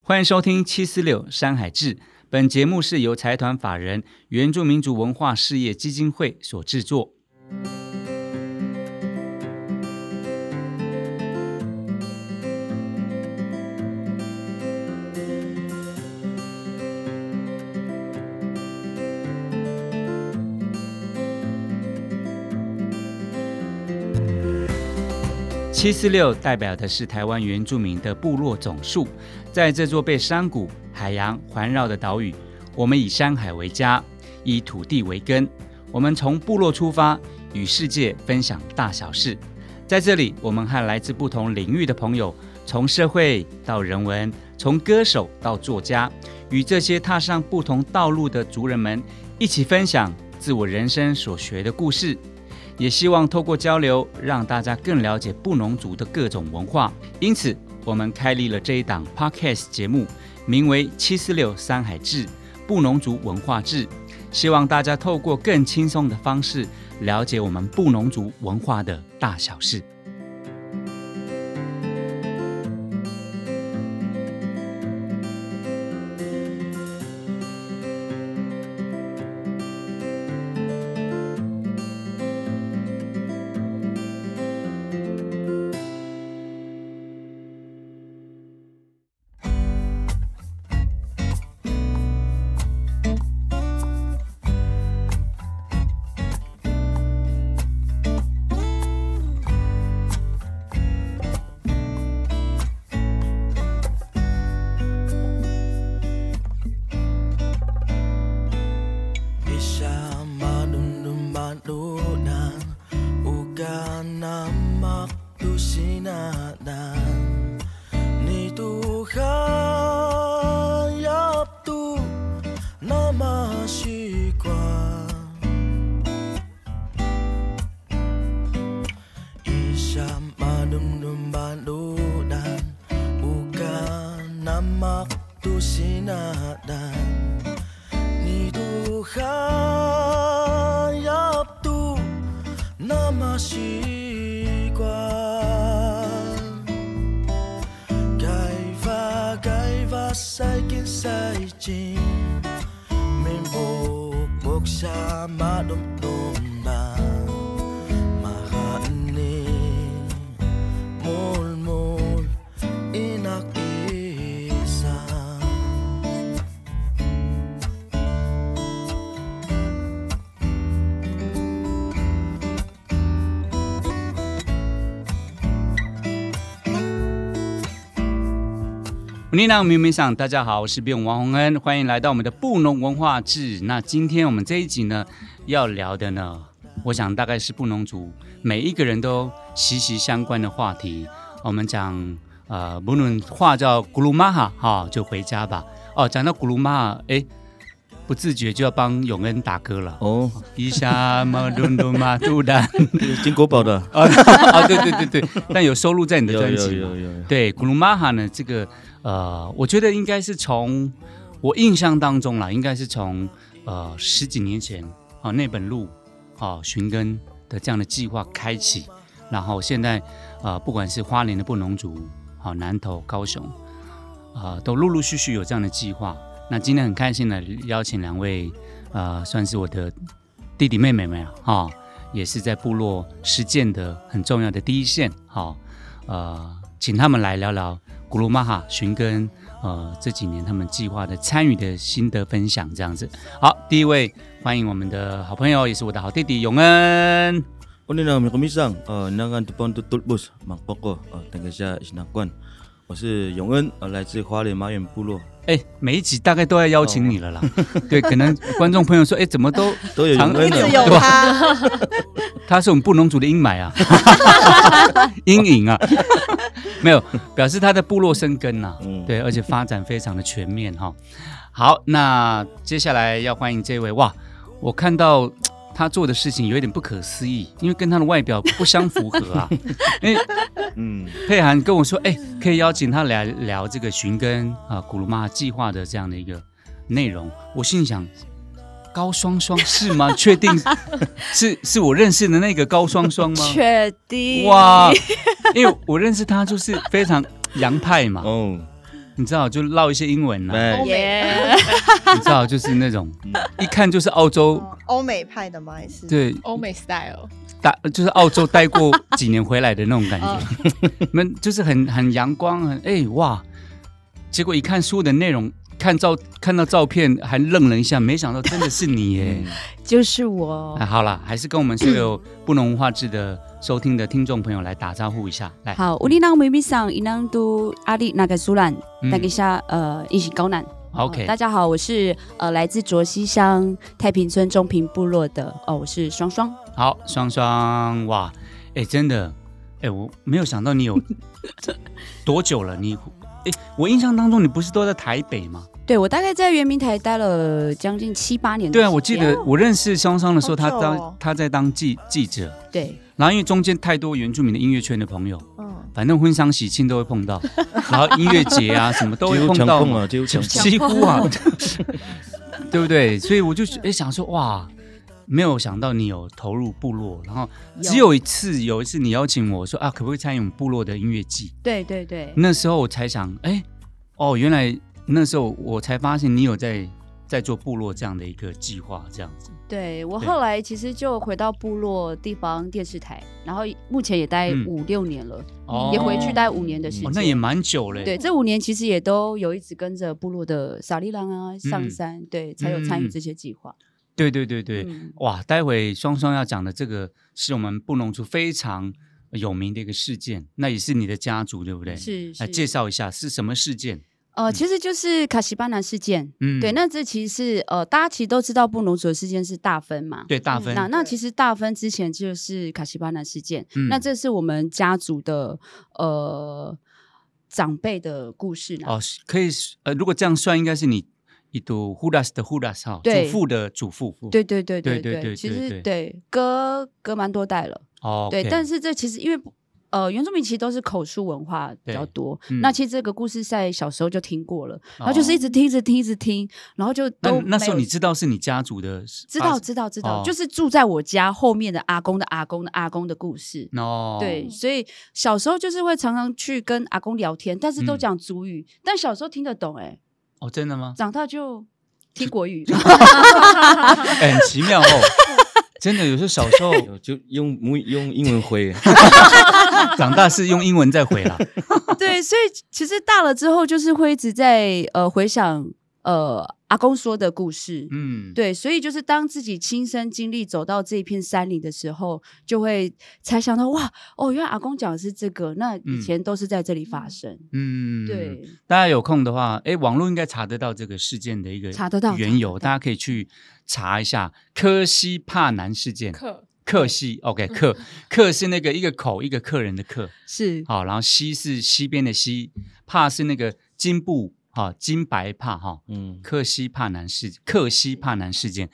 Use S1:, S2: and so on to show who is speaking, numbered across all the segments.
S1: 欢迎收听七四六山海志。本节目是由财团法人原住民族文化事业基金会所制作。七四六代表的是台湾原住民的部落总数，在这座被山谷、海洋环绕的岛屿，我们以山海为家，以土地为根。我们从部落出发，与世界分享大小事。在这里，我们和来自不同领域的朋友，从社会到人文，从歌手到作家，与这些踏上不同道路的族人们一起分享自我人生所学的故事，也希望透过交流，让大家更了解布农族的各种文化。因此，我们开立了这一档 podcast 节目，名为《七四六山海志布农族文化志》，希望大家透过更轻松的方式，了解我们布农族文化的大小事。
S2: Isya madundumadu nang uga namak tusinadang ni Tuhan yaptu nama sikwa Isya madundumadu nang uga namak tusinadang Ni Tuhan yaptu nama sikwa Gaiva gaiva saikin saicin Membok bok sama dom dom na Maha ini Mul mul inak isang
S1: 妮娜明明上，大家好，我是编舞王洪恩，欢迎来到我们的布农文化志。那今天我们这一集呢，要聊的呢，我想大概是布农族每一个人都息息相关的话题。我们讲呃，不论话叫古鲁玛哈哈，就回家吧。哦，讲到古鲁玛哈，哎，不自觉就要帮永恩打歌了。
S3: 哦，
S1: 一下嘛，嘟嘟嘛， 嘟的。
S3: 金国宝的，
S1: 哦，哦对对对对，但有收录在你的
S3: 有
S1: 专
S3: 有
S1: 辑嘛
S3: 有有有，
S1: 对，古鲁玛哈呢，这个呃，我觉得应该是从我印象当中啦，应该是从呃十几年前啊、那本路啊、寻根的这样的计划开启，然后现在呃不管是花莲的布农族啊、南投、高雄啊、都陆陆续续有这样的计划。那今天很开心的邀请两位呃，算是我的弟弟妹妹们啊、哈也是在部落实践的很重要的第一线，哦好、呃，请他们来聊聊古鲁玛哈寻根，呃，这几年他们计划的参与的心得分享，这样子。好，第一位，欢迎我们的好朋友，也是我的好弟弟永恩。
S3: 我那个米米上，呃，那个 Tupon t u b u s 马波哥，呃，等一下是哪冠？我是永恩，呃，来自花莲马远部落，
S1: 哎，每一集大概都要邀请你了啦。对，可能观众朋友说，哎，怎么都
S3: 都有
S1: 常
S3: 永恩
S4: 一直
S3: 的，
S4: 有他，
S1: 他是我们布农族的阴霾啊， 阴影啊，没有表示他的部落生根呐、
S3: 嗯
S1: 对，而且发展非常的全面哈、好，那接下来要欢迎这位哇，我看到嘖他做的事情有一点不可思议，因为跟他的外表不相符合啊。因为
S3: 嗯，
S1: 佩涵跟我说，哎、可以邀请他来聊这个寻根啊古鲁玛计划的这样的一个内容，我心想。高双双是 吗？确定是是我认识的那个高双双吗？
S4: 确定
S3: Oh,
S1: 哇，因为我认识他就是非常洋派嘛，
S3: 哦，
S1: 你知道就唠一些英文 啦、
S3: 哎
S4: 欧，
S5: 耶，
S1: 你知道就是那种一看就是澳洲，
S4: 嗯欧美派的吗？还是，
S1: 对，
S5: 欧美 style，
S1: 大就是澳洲待 过几年回来的那种感觉，
S6: 嗯
S1: 们就是很很阳光，很哎、哇，结果一看书的内容，看照看到照片还愣了一下，没想到真的是你耶。
S3: 嗯
S5: 就是我
S6: 嗯
S1: 哎，。好啦，还是跟我们所有不能文化志的收听的听众朋友来打招呼一下，来，
S6: 好，우리나미미상이낭도阿里那个苏兰，
S1: 嗯
S6: 那个下呃一起高难。
S1: ，OK，
S6: 呃大家好，我是呃来自卓溪乡太平村中平部落的哦，我是双双。
S1: 好，双双，哇，哎、真的，哎、我没有想到 你有这多久了，你，哎、我印象当中你不是都在台北吗？
S6: 对我大概在圆明台待了将近七八年的时间。
S1: 对啊，我记得我认识双双的时候，他
S4: 好久哦
S1: 当他在当记记者，
S6: 对
S1: 然后因为中间太多原住民的音乐圈的朋友，
S4: 嗯，
S1: 反正婚丧喜庆都会碰 到，然后音乐节啊什么都
S3: 几
S1: 会
S3: 乎
S1: 碰
S3: 强
S1: 到
S3: 碰
S1: 嘛，
S3: 啊，几乎强碰。
S1: 几乎啊， 对不对？所以我就哎想说哇。没有想到你有投入部落，然后只有一次，有一次你邀请我说啊，可不可以参与我们部落的音乐季？
S6: 对对对，
S1: 那时候我才想，哎，哦，原来那时候我才发现你有在在做部落这样的一个计划，这样子。
S6: 对我
S1: 对
S6: 后来其实就回到部落地方电视台，然后目前也待
S1: 嗯
S6: 五六年了，
S1: 哦
S6: 也回去待五年的时间。
S1: 哦，那也蛮久嘞。
S6: 对，这五年其实也都有一直跟着部落的撒利郎啊、上山，对，才有参
S1: 嗯嗯嗯
S6: 与
S1: 嗯
S6: 这些计划。
S1: 对对对对
S6: 嗯
S1: 哇！待会双双要讲的这个是我们布农族非常有名的一个事件，那也是你的家族对不对？
S6: 是是
S1: 来介绍一下是什么事件？
S6: 呃，其实就是卡西巴南事件。
S1: 嗯
S6: 对，那这其实是呃，大家其实都知道布农族的事件是大分嘛。
S1: 对大分
S6: 嗯那那
S4: 对
S6: 其实大分之前就是卡西巴南事件，
S1: 嗯
S6: 那这是我们家族的呃长辈的故事呢。
S1: 哦，是可以呃，如果这样算，应该是你一读 Hudas 的 Hudas 哈，
S6: 对
S1: 祖父的祖父。
S6: 对对对
S1: 对对
S6: 对
S1: 对
S6: 其
S1: 对
S6: 实
S1: 对
S6: 对隔隔蛮多代了。
S1: 哦，
S6: 对，但
S1: 是
S6: 是这其实因为呃，原住民其实都是口述文化比较
S1: 对
S6: 多。
S1: 嗯哦
S6: 那其实这个故事在小时候就听过了，然后就是一直听，一直听，一直听，然后就
S1: 那
S6: 都
S1: 那时候
S6: 没有
S1: 你知道是你家族的，
S6: 知道知道知道，
S1: 哦
S6: 就是住在我家后面的阿公的阿公的阿公的故事。
S1: 哦，
S6: 对，所以小时候就是会常常去跟阿公聊天，但是都
S1: 嗯
S6: 讲族语，但小时候听得懂、哎，
S1: 哦，真的吗？
S6: 长大就听国语。
S1: 哎很奇妙哦， 真的有时候小时候
S3: 就用母语用英文回，
S1: 长大是用英文再回啦。
S6: 对，所以其实大了之后，就是会一直在呃回想呃阿公说的故事。
S1: 嗯，
S6: 对，所以就是当自己亲身经历走到这一片山林的时候，就会才想到哇，哦，原来阿公讲的是这个，那
S1: 嗯
S6: 以前都是在这里发生。
S1: 嗯，
S6: 对，
S1: 大家有空的话，哎，网络应该查得到这个事件的一个
S6: 查得到
S1: 缘由，
S6: 查得到
S1: 大家可以去查一下科西帕南事件。
S5: 课
S1: 克西，OK，克 克是那个一个口一个客人的客，
S6: 是
S1: 好，然后西是西边的西，帕是那个金布，哈，金白帕，哈，
S3: 嗯，
S1: 克西帕南事克西帕南事件，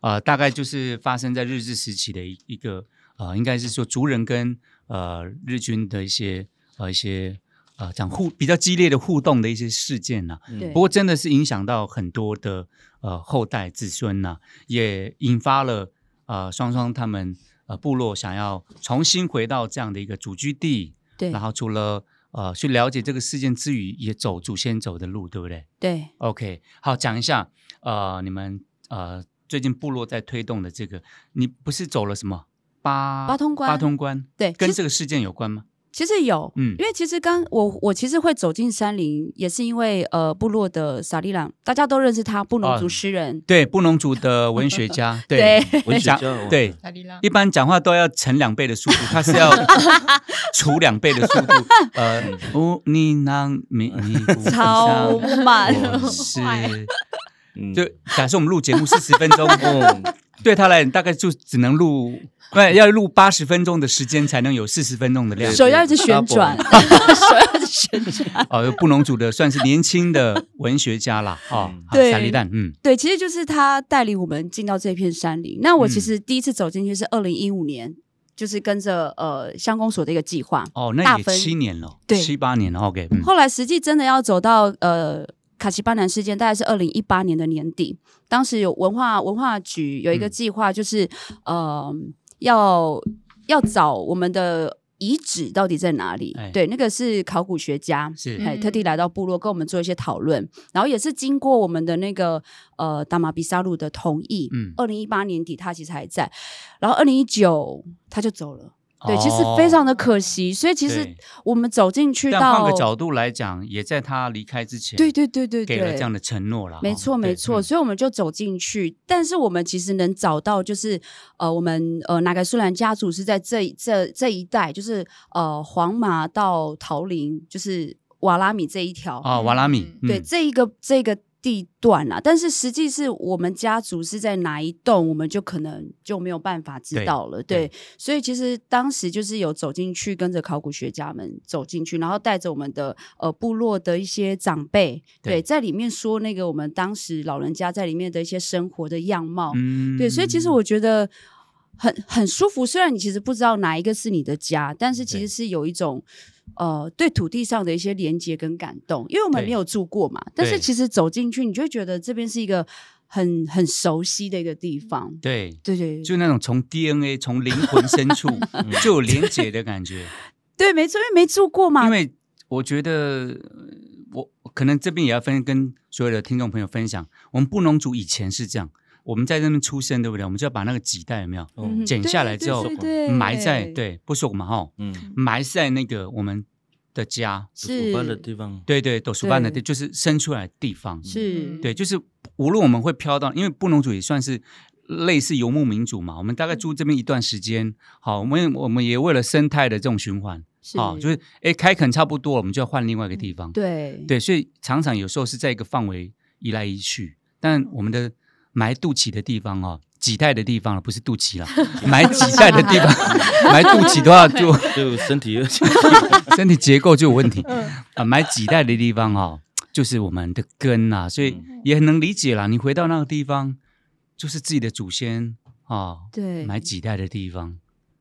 S1: 呃，大概就是发生在日治时期的一一个呃，应该是说族人跟呃日军的一些呃一些呃讲互比较激烈的互动的一些事件呐、
S3: 嗯
S6: 对
S1: 不过真的是影响到很多的呃后代子孙呐、也引发了呃双双他们呃部落想要重新回到这样的一个祖居地，
S6: 对
S1: 然后除了呃去了解这个事件之余，也走祖先走的路，对不对？
S6: 对
S1: OK，好，讲一下，呃，你们呃最近部落在推动的这个，你不是走了什么八
S6: 八通关
S1: 八通关，
S6: 对，
S1: 跟
S6: 其
S1: 这
S6: 实
S1: 个事件有关吗？
S6: 其实有，
S1: 嗯
S6: 因为其实刚我我其实会走进山林，也是因为呃部落的萨利朗，大家都认识他，布
S1: 啊
S6: 农族诗人。
S1: 对，布农族的文学家，
S3: 文学
S1: 讲
S3: 家哦
S1: 对，
S5: 达利拉
S1: 一般讲话都要乘两倍的速度，他是 要除两倍的速度。呃，
S3: 嗯
S1: 乌你囊米尼 古
S6: 超
S1: 上
S6: 慢，
S1: 我是，
S3: 嗯
S1: 就假设我们录节目四十分钟，
S3: 哦，
S1: 对他来讲大概就只能 录，不然要录八十分钟的时间才能有四十分钟的量
S3: 对。
S6: 手要一直旋转， 手要一直旋转。
S1: 哦，布农族的算是年轻的文学家 啦，哦，好
S6: 对
S1: 萨利蛋，嗯，
S6: 对，其实就是他带领我们进到这片山林。那我
S1: 嗯
S6: 其实第一次走进去是二零一五年，就是跟着呃乡公所的一个计划。
S1: 哦，那
S6: 大
S1: 也
S6: 分
S1: 七年了，
S6: 对
S1: 七八年了，OK，嗯，
S6: 后来实际真的要走到呃卡奇巴南事件，大概是二零一八年的年底。当时有文化文化局有一个
S1: 嗯
S6: 计划，就是、呃要要找我们的遗址到底在哪里？
S1: 哎
S6: 对，那个是考古学家。
S1: 是
S6: 哎，
S4: 嗯
S6: 特地来到部落跟我们做一些讨论，然后也是经过我们的那个呃达马比萨鲁的同意，
S1: 嗯
S6: 二零一八年底他其实还在，然后二零一九他就走了，对，其实
S1: 哦
S6: 非常的可惜，所以其实
S1: 对
S6: 我们走进去
S1: 但换
S6: 到，
S1: 个角度来讲，也在他离开之前，
S6: 对对对对
S1: 给
S6: 对，
S1: 了这样的承诺了。
S6: 没
S1: 哦
S6: 错，
S1: 对
S6: 没错，
S1: 嗯
S6: 所以我们就走进去，但是我们其实能找到，就是呃，我们呃，哪个苏兰家族是在这这这一带，就是呃，黄麻到桃林，就是瓦拉米这一条，
S1: 哦，瓦拉米，
S6: 对，
S1: 嗯
S6: 这一个这个地段啊，但是实际是我们家族是在哪一栋，我们就可能就没有办法知道了。
S1: 对
S6: 对，所以其实当时就是有走进去，跟着考古学家们走进去，然后带着我们的呃部落的一些长辈，
S1: 对
S6: 对，在里面说那个我们当时老人家在里面的一些生活的样貌，
S1: 嗯
S6: 对，所以其实我觉得很很舒服。虽然你其实不知道哪一个是你的家，但是其
S1: 对
S6: 实是有一种呃对土地上的一些连接跟感动，因为我们
S1: 对
S6: 没有住过嘛。但
S1: 对
S6: 是其实走进去，你就会觉得这边是一个很很熟悉的一个地方。
S1: 对。
S6: 对对对
S1: 就那种从 DNA 从灵魂深 处就有连结的感觉，
S6: 对，没错，因为没住过嘛嗯
S1: 因。为我觉得呃我可能这边也要分跟所有的听众朋友分享，我们布农族以前是这样，我们在这边出生，对不对？我们就要把那个脐带有没有
S3: 嗯
S6: 嗯
S1: 剪下来之后
S6: 对对对
S1: 埋在对不说嘛哈，
S3: 嗯，
S1: 埋在那个我们的家，
S6: 是
S3: 我搬的地方，
S1: 对对，斗书班的
S6: 对
S1: 地就是生出来的地方，
S6: 是，
S1: 对，就是无论我们会飘到，因为布农族也算是类似游牧民族嘛，我们
S6: 嗯
S1: 大概住这边一段时间，好，我们我们也为了生态的这种循环，
S6: 是嗯
S1: 好，就是哎开垦差不多了，我们就要换另外一个地方，
S6: 对
S1: 对，所以常常有时候是在一个范围移来移去，但我们的埋肚脐的地方哦。脐带的地方了，不是肚脐 了，埋脐带的地方，埋肚脐都要做，
S3: 就身体
S1: 身体结构就有问题。
S6: 嗯
S1: 啊，买几代的地方哦，就是我们的根啊，所以
S6: 嗯
S1: 也很能理解啦。你回到那个地方，就是自己的祖先啊，哦、
S6: 对
S1: 买几代的地方，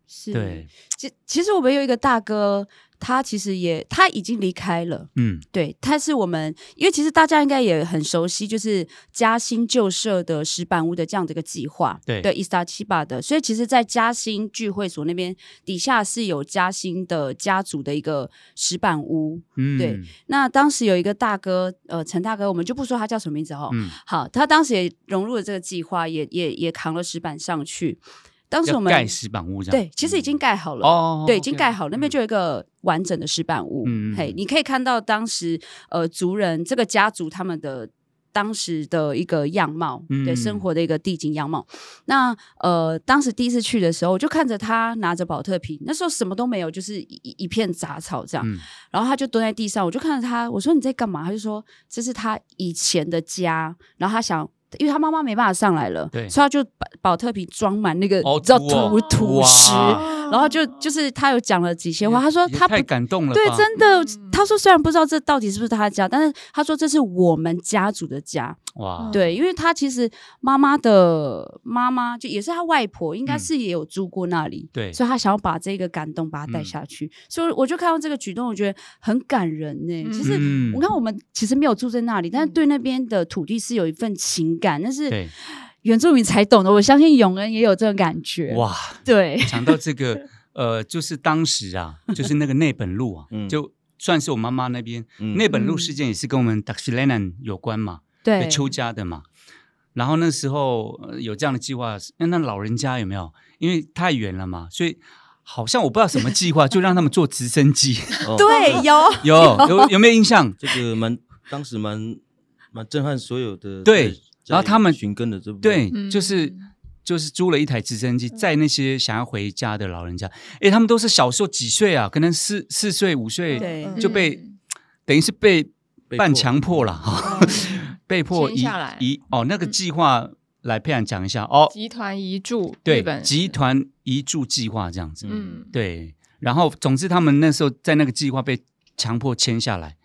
S6: 是。
S1: 对，
S6: 其其实我们有一个大哥，他其实也他已经离开了。
S1: 嗯，
S6: 对，它是我们，因为其实大家应该也很熟悉，就是嘉兴旧社的石板屋的这样的一个计划，
S1: 对
S6: 对，伊斯塔奇巴的，所以其实，在嘉兴聚会所那边底下是有嘉兴的家族的一个石板屋。
S1: 嗯，
S6: 对，那当时有一个大哥，呃，陈大哥，我们就不说他叫什么名字哦，
S1: 嗯，
S6: 好，他当时也融入了这个计划，也也也扛了石板上去。当时我
S1: 要
S6: 们
S1: 盖石板屋这样，
S6: 对，其实已经盖好了。
S1: 哦，
S6: 对，已经盖
S1: OK，
S6: 好，那边就有一个完整的石板屋。
S1: 嗯嗯
S6: 嘿
S1: 嗯，
S6: 你可以看到当时呃族人这个家族他们的当时的一个样貌，对
S1: 嗯
S6: 生活的一个地景样貌。那呃，当时第一次去的时候，我就看着他拿着保特瓶，那时候什么都没有，就是一一一片杂草这样。
S1: 嗯
S6: 然后他就蹲在地上，我就看着他，我说你在干嘛？他就说这是他以前的家，然后他想。因为他妈妈没办法上来了，
S1: 对
S6: 所以他就把保特瓶装满那个
S1: 哦
S6: 叫
S1: 土哦
S6: 土土
S1: 哇
S6: 石，
S4: 哦
S6: 然后就就是他有讲了几些话，他说
S1: 也
S6: 他不
S1: 太感动了吧，
S6: 对，真的，他说虽然不知道这到底是不是他的家，但是他说这是我们家族的家，
S1: 哇，
S6: 对，因为他其实妈妈的妈妈就也是他外婆，应该
S1: 嗯
S6: 是也有住过那里，
S1: 对
S6: 所以他想要把这个感动把它带
S1: 嗯
S6: 下去，所以我就看到这个举动，我觉得很感人呢、其实
S1: 嗯
S6: 我看我们其实没有住在那里，但是对那边的土地是有一份情感，那是
S1: 对，
S6: 原住民才懂的，我相信永恩也有这种感觉，，
S1: 哇，
S6: 对，
S1: 讲到这个，呃，就是当时啊，就是那个内本路啊，
S3: 嗯
S1: 就算是我妈妈那边
S3: 嗯
S1: 内本路事件也是跟我们 d a x i l e n a n 有关嘛，
S6: 对，
S1: 邱家的嘛。然后那时候、呃有这样的计划，那那老人家有没有？因为太远了嘛，所以好像我不知道什么计划，就让他们坐直升机。
S3: 哦
S6: 对，有。
S1: 有有有没有印象？
S3: 这个蛮当时蛮蛮震撼所有的
S1: 对
S3: 在
S1: 然后他们
S3: 寻根的这部分
S1: 对，
S4: 嗯
S1: 就是就是租了一台直升机，载那些想要回家的老人家。诶，他们都是小时候几岁啊？可能四四岁、五岁，
S6: 对
S4: 嗯
S1: 就被等于是被
S3: 被迫
S1: 半强迫了哈，
S4: 嗯
S1: 被迫
S4: 签
S1: 移
S4: 下来嗯
S1: 移哦那个计划。来，佩然讲一下哦，
S5: 集团移住
S1: 对
S5: 日本，
S1: 集团移住计划这样子，
S5: 嗯，
S1: 对。然后，总之他们那时候在那个计划被强迫签下来，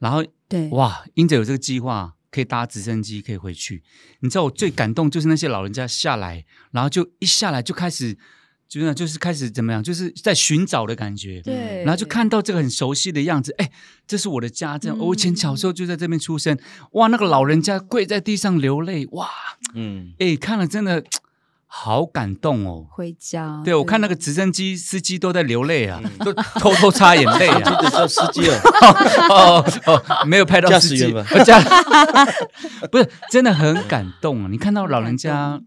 S1: 然后
S6: 对，
S1: 哇，因着有这个计划，可以搭直升机可以回去。你知道我最感动就是那些老人家下来，然后就一下来就开始，就是那就是开始怎么样，就是在寻找的感觉。
S6: 对，
S1: 然后就看到这个很熟悉的样子，哎，这是我的家，这样、哦我以前小时候就在这边出生，哇，那个老人家跪在地上流泪，哇，
S3: 嗯
S1: 哎，看了真的好感动哦。
S6: 回家。
S1: 对，我看那个直升机司机都在流泪啊，都偷偷擦眼泪 啊。
S3: 这叫司机啊，
S1: 哦哦，没有拍到
S3: 驾
S1: 司
S3: 驶
S1: 机
S3: 员吧，
S1: 呃 驾不是真的很感动啊！你看到老人家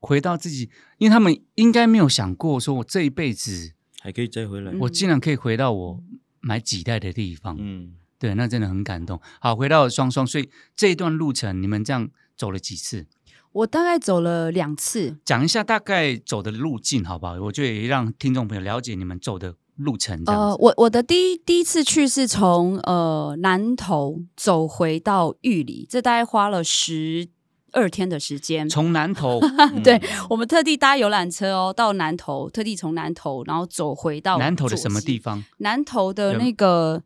S1: 回到自己，因为他们应该没有想过，说我这一辈子
S3: 还可以再回来。
S6: 嗯
S1: 我竟然可以回到我买几代的地方，
S3: 嗯，
S1: 对，那真的很感动。好，回到双双，所以这一段路程你们这样走了几次？
S6: 我大概走了两次，
S1: 讲一下大概走的路径好不好？我觉得也让听众朋友了解你们走的路程这样
S6: 呃，
S1: 子。
S6: 我我的第一第一次去是从呃南投走回到玉里，这大概花了十二天的时间。
S1: 从南投
S3: 嗯
S6: 对我们特地搭游览车哦，到南投，特地从南投，然后走回 到
S1: 南投的
S6: 左
S1: 什么
S6: 西
S1: 地方？
S6: 南投的
S1: 有
S6: 那个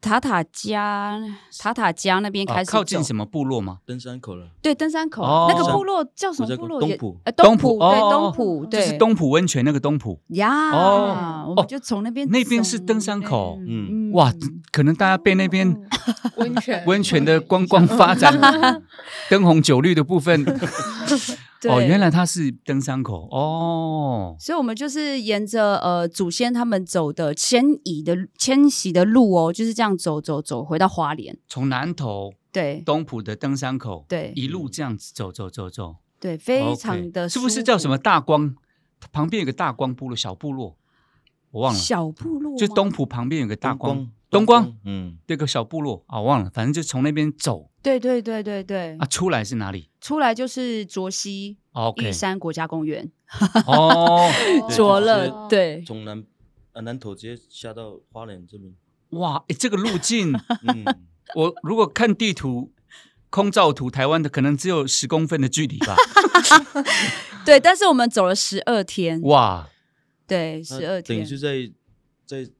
S6: 塔塔加塔塔加那边
S1: 啊
S6: 开始、
S1: 靠近什么部落吗？
S3: 登山口了，
S6: 对，登山口、
S1: 哦
S6: 那个部落叫什么部落
S3: 我叫
S6: 也？
S3: 东埔
S6: 呃，
S1: 东
S6: 东
S1: 埔
S6: 埔
S1: 哦
S6: 对，东埔
S1: 就
S6: 对，
S1: 是东埔温泉那个东埔，
S6: 呀。
S1: 哦
S6: 我
S1: 哦
S6: 们就从那边
S1: 那边
S6: 走
S1: 是登山口
S3: 嗯
S1: 哇，哦可能大家被那
S6: 哦
S1: 边
S5: 温泉
S1: 温泉的观光发 展、灯红酒绿的部分，哦，
S6: 对
S1: 原来它是登山口哦，
S6: 所以我们就是沿着呃祖先他们走的迁移的迁徙的路哦，就是这样走走走回到花莲。
S1: 从南头
S6: 对
S1: 东埔的登山口，
S6: 对
S1: 一路这样子走走走走，
S6: 对，
S1: 哦 OK
S6: 非常的
S1: 是不是叫什么
S6: 舒
S1: 大光？旁边有个大光部落，小部落，我忘
S6: 服
S1: 了，
S6: 小部落吗？
S1: 就东埔旁边有个大光
S3: 光，，
S1: 东光，
S3: 嗯，
S1: 这个小部落啊，忘了，反正就从那边走
S6: 对对对对对
S1: 啊，，出来是哪里
S6: 出来就是卓西
S1: ？OK，
S6: 玉山国家公园，
S1: 哦，
S3: 对
S6: 卓
S3: 就
S6: 乐
S3: 是
S6: 对。
S3: 从南啊南头直接下到花莲这 边，
S1: 哇，诶这个路径。
S3: 嗯，
S1: 我如果看地图、空照图，台湾的可能只有十公分的距离吧。
S6: 对，但是我们走了十二天，
S1: 哇，
S6: 对，
S3: 那
S6: 十二
S3: 等于
S6: 天，
S3: 是在在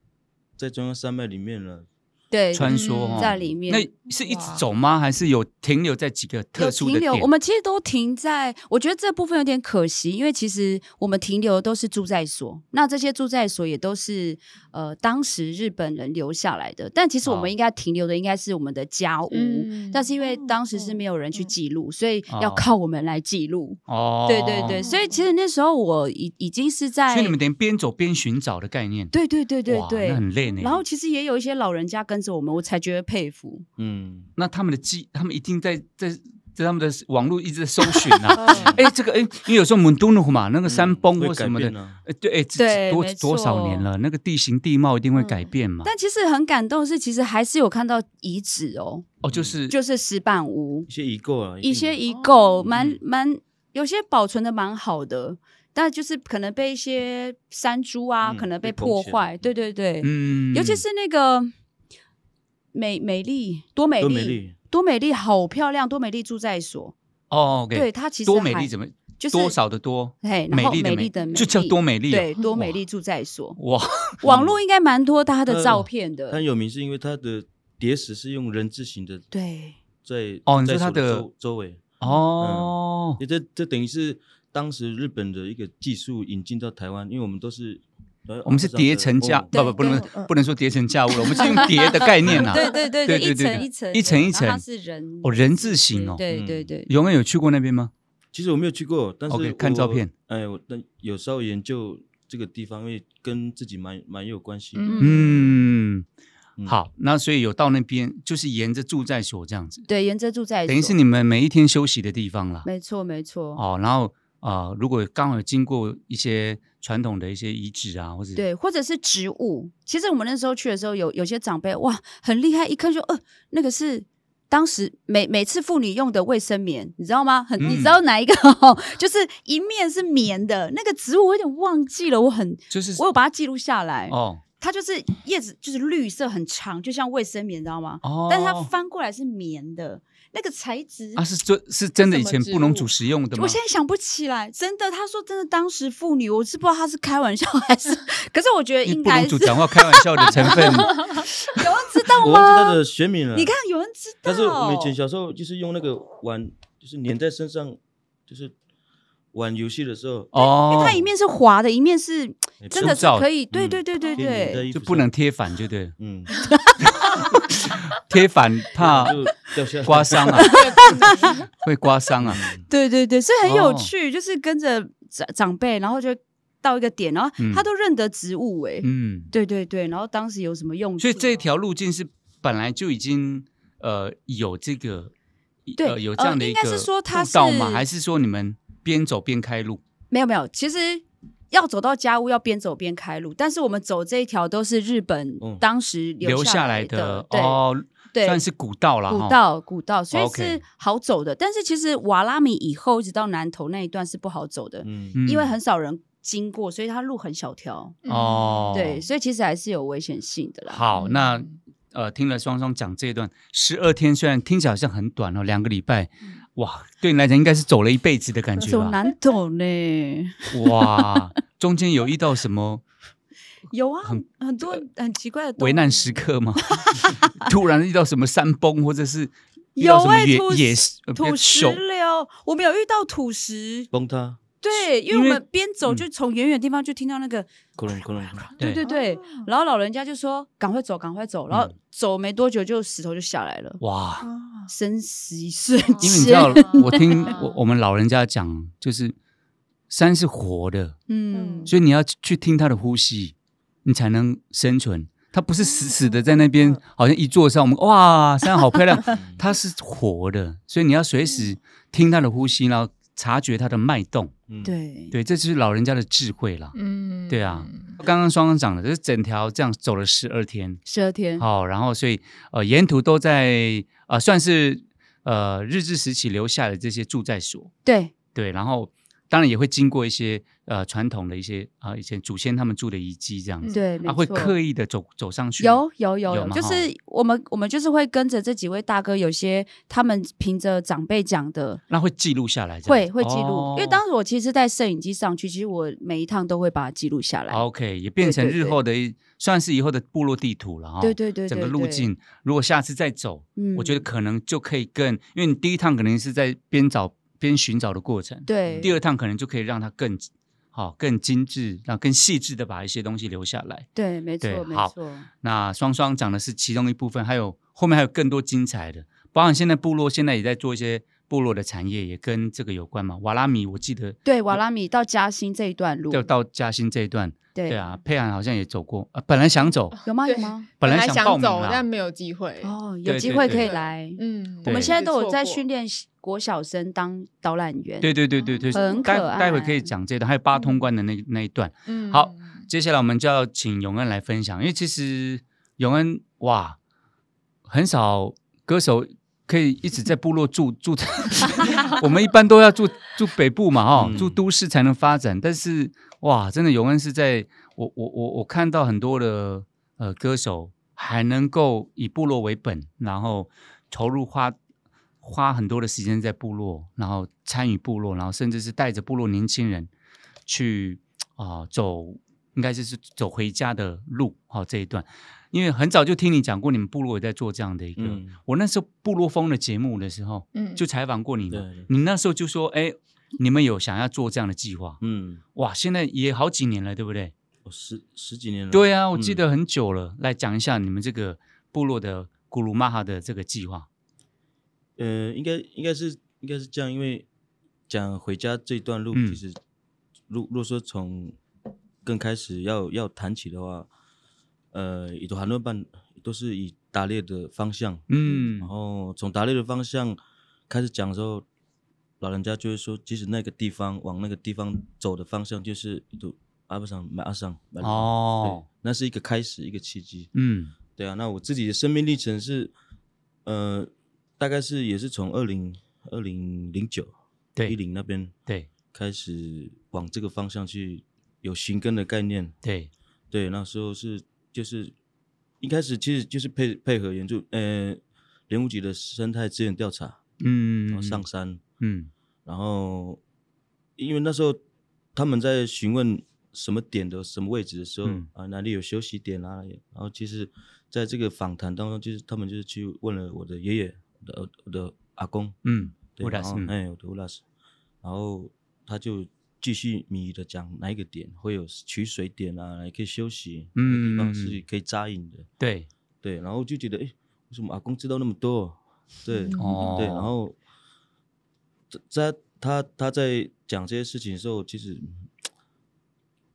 S3: 在中央山脉里面了，
S6: 对，嗯
S1: 穿梭哦
S6: 在里面。
S1: 那是一直走吗？还是有停留在几个特
S6: 有
S1: 殊
S6: 停
S1: 的
S6: 留，
S1: 点？
S6: 我们其实都停在，我觉得这部分有点可惜，因为其实我们停留都是住在所，那这些住在所也都是呃当时日本人留下来的，但其实我
S1: 哦
S6: 们应该停留的应该是我们的家屋，
S5: 嗯
S6: 但是因为
S5: 哦
S6: 当时是
S5: 哦
S6: 没有人去
S5: 嗯
S6: 记录，所以要
S1: 哦
S6: 靠我们来记录。
S1: 哦，
S6: 对对对，所以其实那时候我已已经是在，
S1: 所以你们等于边走边寻找的概念。
S6: 对对对对
S1: 哇那
S6: 对。
S1: 很累呢。
S6: 然后其实也有一些老人家跟着我们，我才觉得佩服。
S3: 嗯，
S1: 那他们的记，他们一定在在在他们的网络一直在搜寻 啊。
S5: 哎，
S6: 嗯
S1: 哎，这个哎，因为有时候蒙都努嘛，那个山崩
S3: 嗯会
S1: 或
S3: 改
S1: 什么
S3: 变
S1: 的，
S3: 啊
S1: 哎对，哎，这
S6: 对
S1: 多
S6: 没
S1: 多少年
S6: 错
S1: 了，那个地形地貌一定会改
S5: 嗯
S1: 变嘛。
S6: 但其实很感动的是，其实还是有看到遗址哦，
S1: 哦，
S3: 嗯
S1: 就是
S6: 就是石板屋
S3: 一，些遗构啊，
S6: 一些
S3: 遗
S6: 遗构，
S1: 嗯
S6: 蛮蛮有些保存的蛮好的，但就是可能被一些山猪啊，
S3: 嗯
S6: 可能
S3: 被
S6: 被
S3: 碰
S6: 破
S3: 起来
S6: 坏，对对对，
S1: 嗯，
S6: 尤其是那个美美丽多美
S3: 多美
S6: 丽
S3: 丽
S6: 多美丽好漂亮，多美丽住在所，
S1: 哦，OK，
S6: 对它其实
S1: 多美丽
S6: 还
S1: 怎么？
S6: 就是
S1: 多少的多，
S6: 嘿然
S1: 美
S6: 后
S1: 丽的
S6: 美丽的美
S1: 就叫
S6: 丽
S1: 多美丽、啊，嗯
S6: 对多美丽住在所，
S1: 哇，哇，
S6: 网络应该蛮多他的
S1: 嗯
S3: 呃
S6: 照片的，
S1: 哎
S3: 它有名是因为它的叠石是用人字形的
S6: 对。
S3: 在
S1: 哦你
S3: 在
S1: 说它
S3: 手的
S1: 的
S3: 周周围，
S1: 哦，
S3: 你这这等于是当时日本的一个技术引进到台湾，因为我们都是呃
S1: 我们是叠层架，
S3: 哦
S1: 不不不能
S4: 对
S1: 不能说叠层架屋了，我们是用叠的概念啊。
S6: 嗯对对对
S1: 对对对
S6: 一层
S1: 对
S6: 一层
S1: 一层
S6: 的
S1: 一层
S6: 然后它是人
S1: 哦人字形哦
S6: 对
S3: 嗯
S6: 对对，
S1: 永恩有去过那边吗？
S3: 其实我没有去过，但是
S1: OK，
S3: 我
S1: 看照片，
S3: 哎，我但有时候研究这个地方，因为跟自己蛮蛮有关系。
S5: 嗯
S1: 嗯，
S3: 嗯
S1: 好，那所以有到那边，就是沿着住宅所这样子，
S6: 对，沿着住在
S1: 等于是你们每一天休息的地方啦。
S6: 没错没错，
S1: 哦，然后啊，呃如果刚好有经过一些传统的一些遗址啊，或者
S6: 对，或者是植物。其实我们那时候去的时候，有有些长辈哇很厉害，一看就呃那个是。当时每每次妇女用的卫生棉，你知道吗？很，你
S1: 嗯
S6: 知道哪一个？哦 就是一面是棉的那个植物，我有点忘记了。我很，
S1: 就是
S6: 我有把它记录下来。
S1: 哦
S6: 它就是叶子，就是绿色，很长，就像卫生棉，你知道吗？
S1: 哦，
S6: 但是它翻过来是棉的，那个材质
S1: 啊是真是真的以
S5: 什么
S1: 前
S5: 植
S1: 布农
S5: 物
S1: 族使用的吗？
S6: 我现在想不起来，真的，他说真的，当时妇女，我是不知道他是开玩笑还 是，可是我觉得
S1: 因为
S6: 应
S1: 布
S6: 该
S1: 农
S6: 是
S1: 族讲话开玩笑的成 分
S6: 有人知 道
S3: 我忘记
S6: 吗？
S3: 它的学名了。
S6: 你看，有人知道，
S3: 但是我们以前小时候就是用那个碗，就是粘在身上，就是玩游戏的时候，
S1: 哦，
S6: 因为它一面是滑的，一面是
S3: 哎
S6: 真的
S1: 粗
S6: 是
S1: 糙
S6: 可以，对
S3: 嗯
S6: 对对对
S3: 贴粘在
S6: 对，
S3: 衣服
S1: 就
S3: 上
S1: 不能贴反，就对了，
S3: 嗯，
S1: 贴反怕
S3: 就掉下来嗯
S1: 刮伤啊，会刮伤啊。
S6: 对对对，所以很有
S1: 哦
S6: 趣，就是跟着长长辈，然后就到一个点，然后
S1: 嗯
S6: 他都认得植物哎、
S1: 嗯，
S6: 对对对，然后当时有什么用处啊？
S1: 所以这条路径是本来就已经呃有这个
S6: 对
S1: 呃、有这样的
S6: 呃
S1: 一
S6: 应
S1: 个
S6: 该是说它
S1: 步道吗？
S6: 是
S1: 还是说你们边走边开路？
S6: 没有没有，其实要走到家屋要边走边开路，但是我们走这一条都是日本
S3: 哦
S6: 当时
S1: 嗯留
S6: 下
S1: 来
S6: 的，对、
S1: 哦，
S6: 对，
S1: 算是古道了，
S6: 古
S1: 哈哦
S6: 道古道，所以
S1: OK
S6: 是好走的。但是其实瓦拉米以后一直到南头那一段是不好走的，
S3: 嗯，
S1: 嗯
S6: 因为很少人经过，所以它路很小条。
S5: 嗯
S1: 哦，
S6: 对，所以其实还是有危险性的啦。
S1: 好，
S4: 嗯
S1: 那呃，听了双双讲这一段十二天，虽然听起来好像很短哦，两个礼拜，
S6: 嗯
S1: 哇，对你来讲应该是走了一辈子的感觉
S6: 走
S1: 吧？
S6: 南头呢？
S1: 哇，中间有遇到什么
S6: 有啊，
S1: 很呃
S6: 很很多很奇怪的动物
S1: 危难时刻 吗？突然遇到什么山崩，或者是遇
S6: 有
S1: 到什么
S6: 哎、
S1: 野
S6: 土
S1: 野
S6: 石
S1: 呃
S6: 土石
S1: 熊？
S6: 流，我们有遇到土石，
S3: 崩塌，
S6: 对，因为
S1: 因
S6: 我
S1: 为
S6: 们边走
S1: 嗯
S6: 就从远远地方就听到那个，
S3: 窟窿窟窿，窟窿
S6: 对对对，然后老人家就说赶快走，赶快走，然后
S1: 嗯
S6: 走没多久就石头就下来了，
S1: 哇，
S4: 嗯
S6: 生死一瞬
S1: 因为你知
S6: 间
S1: 道，我听我我们老人家讲，就是山是活的，
S6: 嗯，
S1: 所以你要去去听它的呼吸，你才能生存。它不是死死的在那边，好像一座山，我们哇，山好漂亮。它是活的，所以你要随时听它的呼吸，然后察觉它的脉动。
S3: 嗯，
S6: 对
S1: 对，这就是老人家的智慧啦。
S5: 嗯，
S1: 对啊，刚刚双双讲的，就是整条这样走了十二天，
S6: 十二天，
S1: 好、然后所以呃，沿途都在呃，算是呃日治时期留下的这些住宅所。
S6: 对
S1: 对，然后当然也会经过一些呃传统的一些啊、呃以前祖先他们住的遗迹这样子，
S6: 对，没
S1: 啊会
S6: 错
S1: 刻意的走走上去，
S6: 有有
S1: 有
S6: 有
S1: 哦
S6: 有，
S1: 嘛
S6: 就
S1: 哈
S6: 是我们我们就是会跟着这几位大哥，有些他们凭着长辈讲的，
S1: 那会记录下来这样
S6: 会
S1: 子，
S6: 会记录，
S1: 哦
S6: 因为当时我其实带摄影机上去，其实我每一趟都会把它记录下来。
S1: OK 也变
S6: 对
S1: 成
S6: 对
S1: 日
S6: 对
S1: 后的一算是以后的部落地图了哈、
S6: 对对对，
S1: 整个
S6: 对
S1: 路
S6: 对
S1: 径，如果下次再走，
S6: 嗯
S1: 我觉得可能就可以更，因为你第一趟可能是在边找边寻找的过程，
S6: 对，
S1: 第二趟可能就可以让它更好、更精致，然后更细致的把一些东西留下来。
S6: 对，没错
S1: 对
S6: 没
S1: 好
S6: 错，
S1: 那双双讲的是其中一部分，还有后面还有更多精彩的，包含现在部落现在也在做一些部落的产业，也跟这个有关嘛。瓦拉米我记得
S6: 对瓦拉米到嘉兴这一段
S1: 嗯
S6: 路，
S1: 要到嘉兴这一段，
S6: 对哦
S1: 对，啊，佩涵好像也走过，呃、本来想走，
S6: 有吗有
S5: 对
S6: 吗？
S1: 本来
S5: 想
S1: 报名
S5: 走，
S1: 啦
S5: 但，没有机会。
S6: 哦，有
S1: 对
S6: 机
S1: 对
S6: 会
S1: 对
S6: 可以来。
S5: 嗯，
S6: 我
S1: 对
S6: 们现在都有在训
S5: 练。
S6: 练国小生当导览员，
S1: 对对对对对，
S6: 很
S1: 待
S6: 可爱
S1: 待会可以讲这一段，还有八通关的那那一段。
S5: 嗯
S1: 好，接下来我们就要请永恩来分享，因为其实永恩哇，很少歌手可以一直在部落住住在，我们一般都要住住北部嘛，哦，
S3: 嗯
S1: 住都市才能发展。但是哇，真的永恩是在我我我我看到很多的呃歌手还能够以部落为本，然后投入花。花很多的时间在部落，然后参与部落，然后甚至是带着部落年轻人去啊、走，应该就是走回家的路，好、这一段，因为很早就听你讲过，你们部落也在做这样的一个。
S3: 嗯
S1: 我那时候部落风的节目的时候，
S5: 嗯
S1: 就采访过你嘛，
S3: 对
S1: 你那时候就说，哎，你们有想要做这样的计划？
S3: 嗯，
S1: 哇，现在也好几年了，对不对？
S3: 我十十几年了，
S1: 对啊，我记
S3: 嗯
S1: 得很久了。来讲一下你们这个部落的古鲁玛哈的这个计划。
S3: 呃，应该应该是应该是这样，因为讲回家这段路，
S1: 嗯
S3: 其实如如果说从更开始要要谈起的话，呃，也都很多办都是以打猎的方向，
S1: 嗯
S3: 然，后从打猎的方向开始讲的时候，老人家就会说，即使那个地方往那个地方走的方向就是都阿布上买阿上买
S1: 哦，
S3: 那是一个开始，一个契机，
S1: 嗯
S3: 对啊，那我自己的生命历程是，呃，大概是也是从二零二零零九
S1: 对
S3: 一零那边
S1: 对
S3: 开始往这个方向去有寻根的概念。
S1: 对，
S3: 对，那时候是就是一开始其实就是配配合援助呃莲雾局的生态资源调查，然
S1: 嗯，
S3: 后哦上山，
S1: 嗯
S3: 然后因为那时候他们在询问什么点的什么位置的时候、
S1: 嗯
S3: 啊，哪里有休息点啊，然后其实在这个访谈当中，就是他们就是去问了我的爷爷、我的我的阿公，
S1: 嗯，
S3: 对，
S1: 乌拉
S3: 然
S1: 斯
S3: 后，哎，我的乌拉斯，然后他就继续迷的讲哪一个点会有取水点啊，哪里可以休息，哪个地
S1: 嗯
S3: 方是可以扎营的，
S1: 对，
S3: 对，然后就觉得哎，为什么阿公知道那么多？对，
S5: 嗯
S1: 哦，
S3: 对，然后在在他他在讲这些事情的时候，其实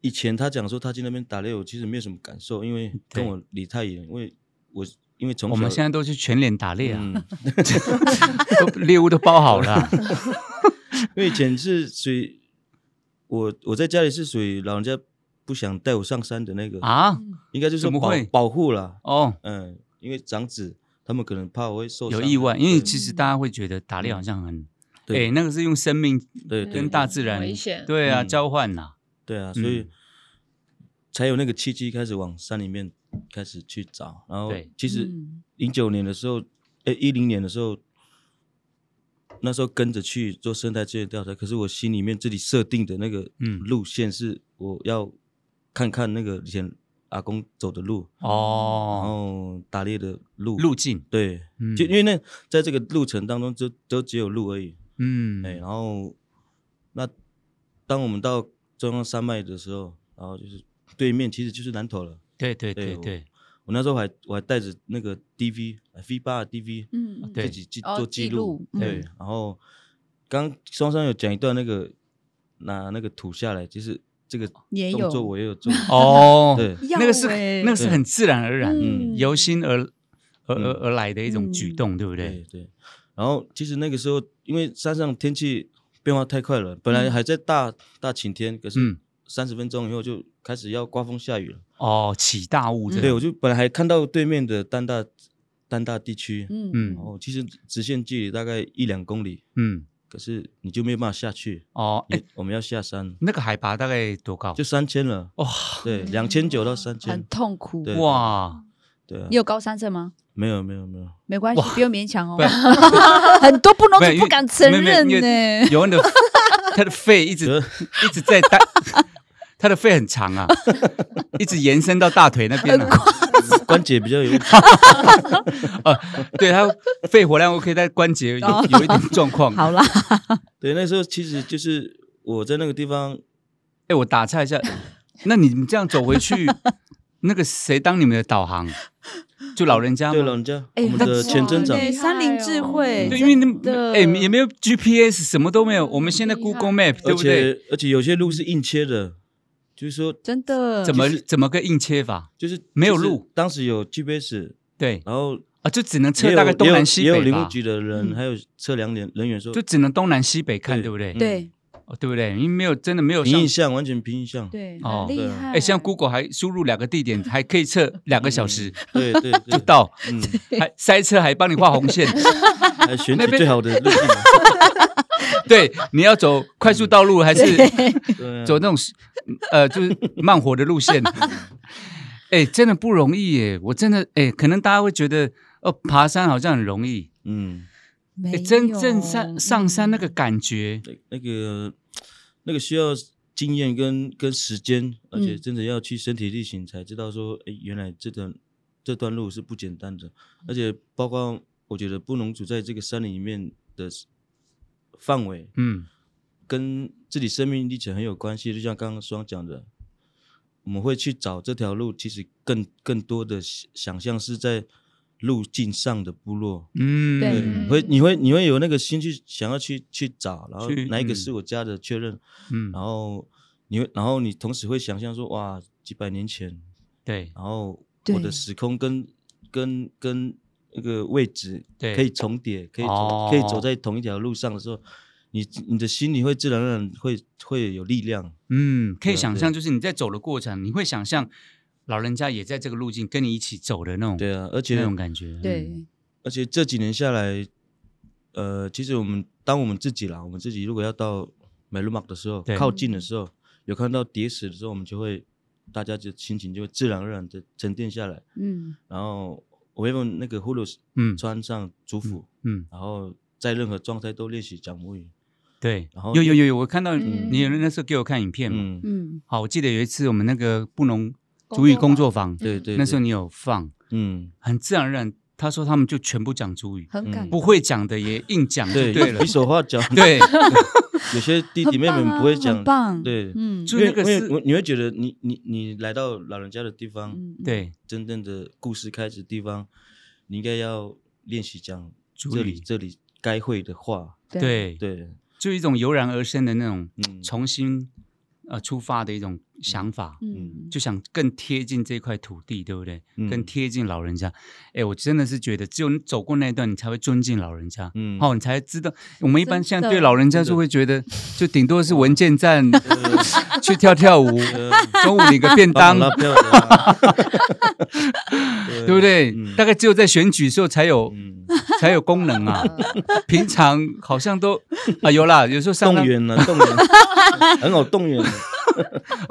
S3: 以前他讲说他去那边打猎，我其实没有什么感受，因为
S1: 对
S3: 跟我离太远，因为我因为从
S1: 我们现在
S3: 在
S1: 都是全脸打猎啊，
S3: 嗯，
S1: 都猎物都包好了 啊、
S3: 因为以前是属于我我在家里是属于老人家不想带我上山的那个
S1: 啊。
S3: 应该就是说
S1: 怎么
S3: 保
S1: 会
S3: 保护啦，
S1: 哦，
S3: 嗯，因为长子他们可能怕我会受
S1: 有
S3: 伤
S1: 意外，因为
S3: 对
S1: 其实大家会觉得打猎好像很，哎、
S3: 对
S1: 那个是用生命
S3: 对对
S1: 跟大自然
S5: 危险
S1: 对啊
S3: 嗯
S1: 交换呐、
S3: 对啊，所
S1: 嗯
S3: 以才有那个契机开始往山里面开始去找。然后
S1: 对
S3: 其实
S6: 嗯
S3: 零九年的时候，哎一零年的时候，那时候跟着去做生态资源调查，可是我心里面自己设定的那个
S1: 嗯
S3: 路线是我要看看那个以前阿公走的路，然
S1: 哦，
S3: 后打猎的路
S1: 路径，
S3: 对，
S1: 嗯
S3: 就因为那在这个路程当中就都只有路而已，
S1: 嗯，
S3: 哎、然后那当我们到中央山脉的时候，然后就是对面其实就是南头了。
S1: 对对
S3: 对
S1: 对
S3: 我
S1: 对，
S3: 我那时候还我还带着那个 DV V 八的 DV，
S6: 嗯嗯
S1: 对
S3: 自己记
S6: 哦
S3: 做记
S6: 记
S3: 录
S6: 录，嗯
S3: 对。然后刚双双有讲一段那个拿那个土下来，其实这个
S6: 也
S3: 动
S6: 有
S3: 作我也有 做，
S1: 哦，
S3: 对，
S6: 要
S1: 那个是
S6: 欸
S1: 那个是很自然而然，
S3: 嗯
S1: 由心而而而
S3: 嗯
S1: 而来的一种举动，对不
S3: 对
S1: 对？
S3: 对。然后其实那个时候，因为山上天气变化太快了，本
S6: 嗯
S3: 来还在大、大晴天，可是
S1: 嗯
S3: 三十分钟以后就开始要刮风下雨了。
S1: 哦，起大雾这
S3: 对，
S6: 嗯
S1: 种，
S3: 我就本来还看到对面的丹大丹大地区，
S6: 嗯
S1: 嗯
S3: 然后其实直线距离大概一两公里，
S1: 嗯，
S3: 可是你就没有办法下去。
S1: 哦，哎
S3: 你，我们要下山，
S1: 那个海拔大概多高
S3: 就？三千了，
S1: 哇
S3: 对，两千九到三
S6: 哦很
S3: 千，
S6: 痛苦。
S3: 对
S1: 哇，
S3: 对啊
S6: 你，有高山症吗？
S3: 没有没有没有，
S6: 没关系，不用勉强哦
S1: 不。
S6: 很多不能
S1: 没有因为
S6: 不敢承
S1: 没有
S6: 认
S1: 没有因为
S6: 呢。
S1: 尤恩的他的肺一直
S3: 呃
S1: 一直在带，他的肺很长啊，一直延伸到大腿那边啊。
S3: 关节比较有，
S1: 对他肺活量 OK，但关节有有一点状况。
S6: 好啦，
S3: 对，那时候其实就是我在那个地方，
S1: 哎、我打岔一下，那你们这样走回去，那个谁当你们的导航？就老人家
S3: 对
S1: 吗？
S3: 老人家，
S6: 哎
S3: 我们的
S6: 很
S3: 前
S5: 真
S3: 镇长
S5: 哇，
S6: 对山林智慧，
S1: 对，因为你
S6: 真的
S1: 哎、也没有 GPS，什么都没有。我们现在
S5: 很厉害
S1: Google Map 对
S3: 而
S1: 不对？
S3: 且而且有些路是硬切的，就是说
S6: 真的
S1: 怎么怎么个硬切法？
S3: 就是
S1: 没有
S3: 就是
S1: 路
S3: 当时有 GPS，
S1: 对
S3: 然后
S1: 啊，就只能
S3: 也
S1: 测
S3: 有
S1: 大概东
S3: 也有
S1: 南西
S3: 也有
S1: 北
S3: 林务
S1: 吧，
S3: 局的人，
S6: 嗯
S3: 还有测量人人员说
S1: 就，只能东南西北看，
S3: 对
S1: 对不对？
S6: 对
S1: 哦对不对？因为没有真的没有
S3: 凭
S1: 像
S3: 印象完全凭印象，
S6: 对
S1: 哦
S6: 很厉害。
S1: 哎，像 Google 还输入两个地点，还可以测两个小时
S3: 对 对嗯对，
S1: 就，到，
S3: 嗯，
S1: 还塞车还帮你画红线。
S3: 还选
S1: 那
S3: 取
S1: 边
S3: 最好的路径嘛，
S1: 对，你要走快速道路还是哎
S3: 对 啊
S1: 走那种呃就是慢活的路线？哎，真的不容易耶！我真的哎，可能大家会觉得哦，爬山好像很容易，
S3: 嗯，
S6: 没
S1: 哎，
S6: 有嗯
S1: 真正上上山那个感觉，
S3: 那那个那个需要经验跟跟时间，而且
S6: 嗯
S3: 真的要去身体力行才知道说，哎，原来这段这段路是不简单的，而且包括我觉得布农族在这个山里面的范围，
S1: 嗯，
S3: 跟自己生命历程很有关系。就像刚刚双讲的，我们会去找这条路，其实更更多的想想象是在路径上的部落。
S1: 嗯，
S6: 对
S3: 嗯会你会你会有那个心去想要去去找，然后
S1: 去
S3: 哪一个
S1: 嗯
S3: 是我家的确认，
S1: 嗯
S3: 然，后你会然后你同时会想象说哇几百年前，
S1: 对
S3: 然后我的
S6: 对
S3: 时空跟跟跟那个位置
S1: 对哦
S3: 可以重叠，可以走、可以走在同一条路上的时候，你你的心里会自然而然会会有力量。
S1: 嗯，可以
S3: 对啊
S1: 想
S3: 对
S1: 象，就是你在走的过程，你会想象老人家也在这个路径跟你一起走的那种，
S3: 对啊，而
S1: 那
S3: 且
S1: 种感觉，嗯，
S6: 对
S3: 而且这几年下来，呃，其实我们当我们自己啦，我们自己如果要到美鲁马的时候
S1: 对，
S3: 靠近的时候，有看到叠石的时候，我们就会大家就心情就会自然而然的沉淀下来。
S6: 嗯
S3: 然后我会用那个呼噜
S1: 嗯
S3: 穿上族服，
S1: 嗯，
S3: 然后在任何状态都练习讲母语。
S1: 对
S3: 然后，
S1: 有有有有，我看到
S5: 嗯
S1: 你有那时候给我看影片嘛，
S3: 嗯，
S6: 嗯，
S1: 好，我记得有一次我们那个布农主语工作坊，
S3: 对对，
S1: 那时候
S3: 对
S1: 你有放，
S3: 嗯，
S1: 很自然而然，他说他们就全部讲主语，
S6: 很感
S1: 嗯不会讲的也硬讲就
S3: 对
S1: 对了
S3: 比，手画脚，
S1: 对，
S3: 有些弟弟妹妹们不会讲
S6: 很，棒啊，很棒
S3: 对，
S6: 嗯
S1: 就
S3: 因
S1: 那
S3: 为
S1: 个
S3: 因
S1: 是
S3: 为，我你会觉得你你你来到老人家的地方，
S6: 嗯，
S1: 对，
S3: 真正的故事开始的地方，你应该要练习讲
S1: 主
S3: 这
S1: 语
S3: 里这里该会的话，
S6: 对
S1: 对，
S3: 对，
S1: 就一种油然而生的那种
S3: 嗯
S1: 重新呃出发的一种想法，
S6: 嗯，
S1: 就想更贴近这块土地，对不对？
S3: 嗯
S1: 更贴近老人家。哎，我真的是觉得，只有你走过那一段，你才会尊敬老人家。
S3: 嗯
S1: 哦，你才知道。我们一般
S6: 真
S1: 像
S6: 的
S1: 对老人家就会觉 得，就顶多是文件站
S3: 呃
S1: 去跳跳 舞，中午领个便当，
S3: 拉票的啊，
S1: 对不对？
S3: 嗯
S1: 大概只有在选举时候才有
S3: 嗯，
S1: 才有功能啊。
S4: 嗯
S1: 平常好像都啊有啦，有时候上
S3: 动
S1: 班
S3: 员了，动员，很好动员，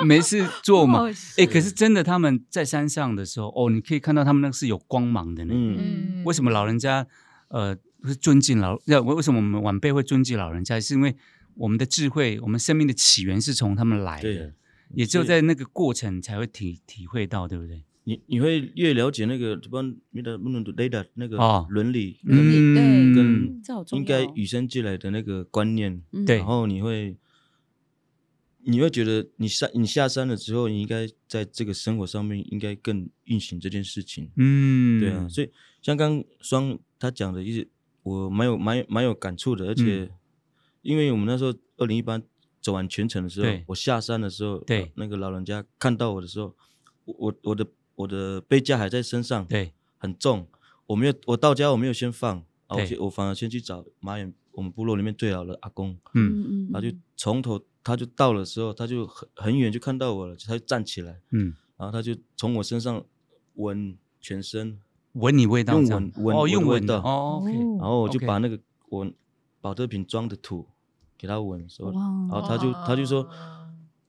S1: 没事做嘛
S6: 好。
S1: 哎，可是真的他们在山上的时候，哦，你可以看到他们那个是有光芒的呢。
S3: 嗯
S6: 嗯
S1: 为什么老人家呃会尊敬老？要为什么我们晚辈会尊敬老人家？是因为我们的智慧，我们生命的起源是从他们来
S3: 对
S1: 的，，也只有
S3: 是
S1: 在那个过程才会体体会到，对不对？
S3: 你你会越了解那个，不然你的不能 data 那个
S1: 哦
S3: 伦理，
S6: 伦理对
S1: 嗯，
S6: 这好嗯重要
S3: 应该与生俱来的那个观念，
S6: 嗯
S1: 对
S3: 然后你会，你会觉得你下你下山了之后，你应该在这个生活上面应该更运行这件事情。
S1: 嗯，
S3: 对啊，所以像刚双他讲的，一直我蛮有蛮有蛮有感触的，而
S1: 嗯
S3: 且因为我们那时候二零一八走完全程的时候
S1: 对，
S3: 我下山的时候，呃
S1: 对
S3: 那个老人家看到我的时候，我我我的我的背架还在身上，，
S1: 对
S3: 很重，我没有我到家我没有先放啊，我
S1: 对
S3: 先我反而先去找马远我们部落里面最老的阿公，
S1: 嗯
S6: 嗯嗯，
S3: 他就从头他就到的时候，他就很很远就看到我了，他就站起来，
S1: 嗯，
S3: 然后他就从我身上闻全身。
S1: 闻你味道
S3: 用
S1: 这样，
S3: 闻闻
S1: 哦，
S3: 我的
S1: 用
S3: 味
S1: 闻的
S3: 道
S1: 哦，OK，
S3: 然后我就
S1: OK
S3: 把那个我保特瓶装的土给他闻，说，
S6: 哇
S3: 然后他就他就说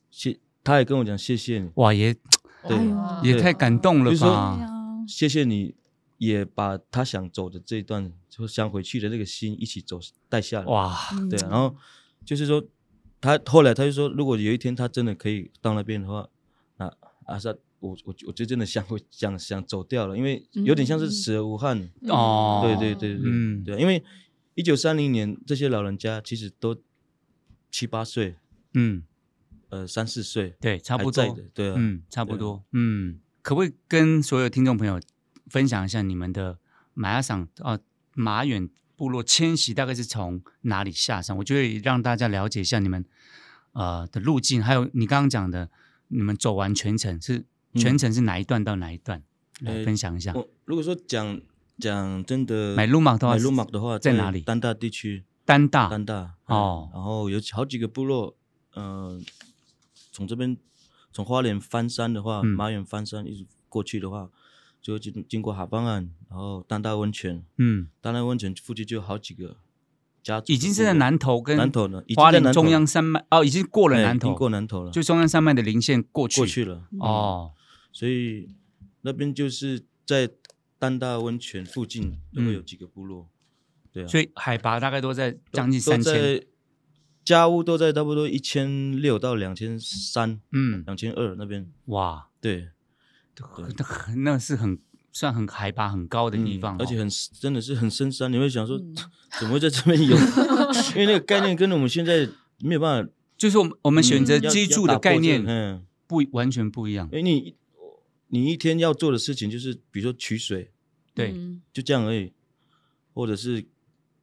S3: 谢，他也跟我讲谢谢你，
S1: 哇，也
S6: 哎
S5: 哎
S3: 对
S4: 哇
S1: 也太感动了
S3: 就是说
S6: 对
S1: 吧？
S6: 啊
S3: 谢谢你也把他想走的这一段，就想回去的那个心一起走带下来。，
S1: 哇，
S3: 对啊，然后就是说他后来他就说，如果有一天他真的可以到那边的话，那阿萨。我我我就真的想回想想走掉了，因为有点像
S6: 嗯
S3: 是死而无憾，
S5: 嗯
S1: 哦，
S3: 对对对对，
S1: 嗯
S3: 对，因为一九三零年这些老人家其实都七八岁，
S1: 嗯，
S3: 呃，三四岁，
S1: 对，差
S3: 还
S1: 不
S3: 在
S1: 多
S3: 的，，对啊，
S1: 嗯，差不
S3: 对啊
S1: 多，嗯，可不可以跟所有听众朋友分享一下你们的马亚赏啊马远部落迁徙大概是从哪里下山？我觉得也让大家了解一下你们呃的路径，还有你刚刚讲的你们走完全程是全
S3: 嗯
S1: 程是哪一段到哪一段，来
S3: 呃
S1: 分享一下。
S3: 我如果说讲讲真的，
S1: 买路马的话
S3: 买
S1: 是
S3: 路马的话，
S1: 在哪里
S3: 丹大地区，
S1: 丹大
S3: 丹大
S1: 哦
S3: 哦，然后有好几个部落，呃，从这边从花莲翻山的话，
S1: 嗯
S3: 马远翻山一直过去的话，就会经经过海邦岸，然后丹大温泉，
S1: 嗯，
S3: 丹大温泉附近就有好几个家族的部落，
S1: 已经是在南投跟
S3: 南投了，已经
S1: 花
S3: 在
S1: 莲
S3: 南投
S1: 中
S3: 了
S1: 央山脉哦，已经过了
S3: 哎
S1: 南
S3: 已经
S1: 投，
S3: 过南投了，
S1: 就中央山脉的零线过去
S3: 过去嗯了。
S1: 哦，
S3: 所以那边就是在丹大温泉附近都会有几个部落，对啊，
S1: 嗯所
S3: 以
S1: 以海拔大概都在将近三千，
S3: 家屋都在差不多一千六到两千三、
S1: 嗯，
S3: 两千二那边，
S1: 哇，
S3: 对，
S1: 那是很算很海拔很高的地方哦、
S3: 嗯而且很真的是很深山，你会想说、
S6: 嗯
S3: 怎么会在这边有？ 因为那个概念跟我们现在没有办法
S1: 就是我们我们选择
S3: 嗯要
S1: 居住的
S3: 要打破
S1: 概
S3: 这个
S1: 念
S3: 嗯，
S1: 不完全不一样
S3: 因，为你你一天要做的事情就是比如说取水，
S1: 对，
S6: 嗯
S3: 就这样而已，或者是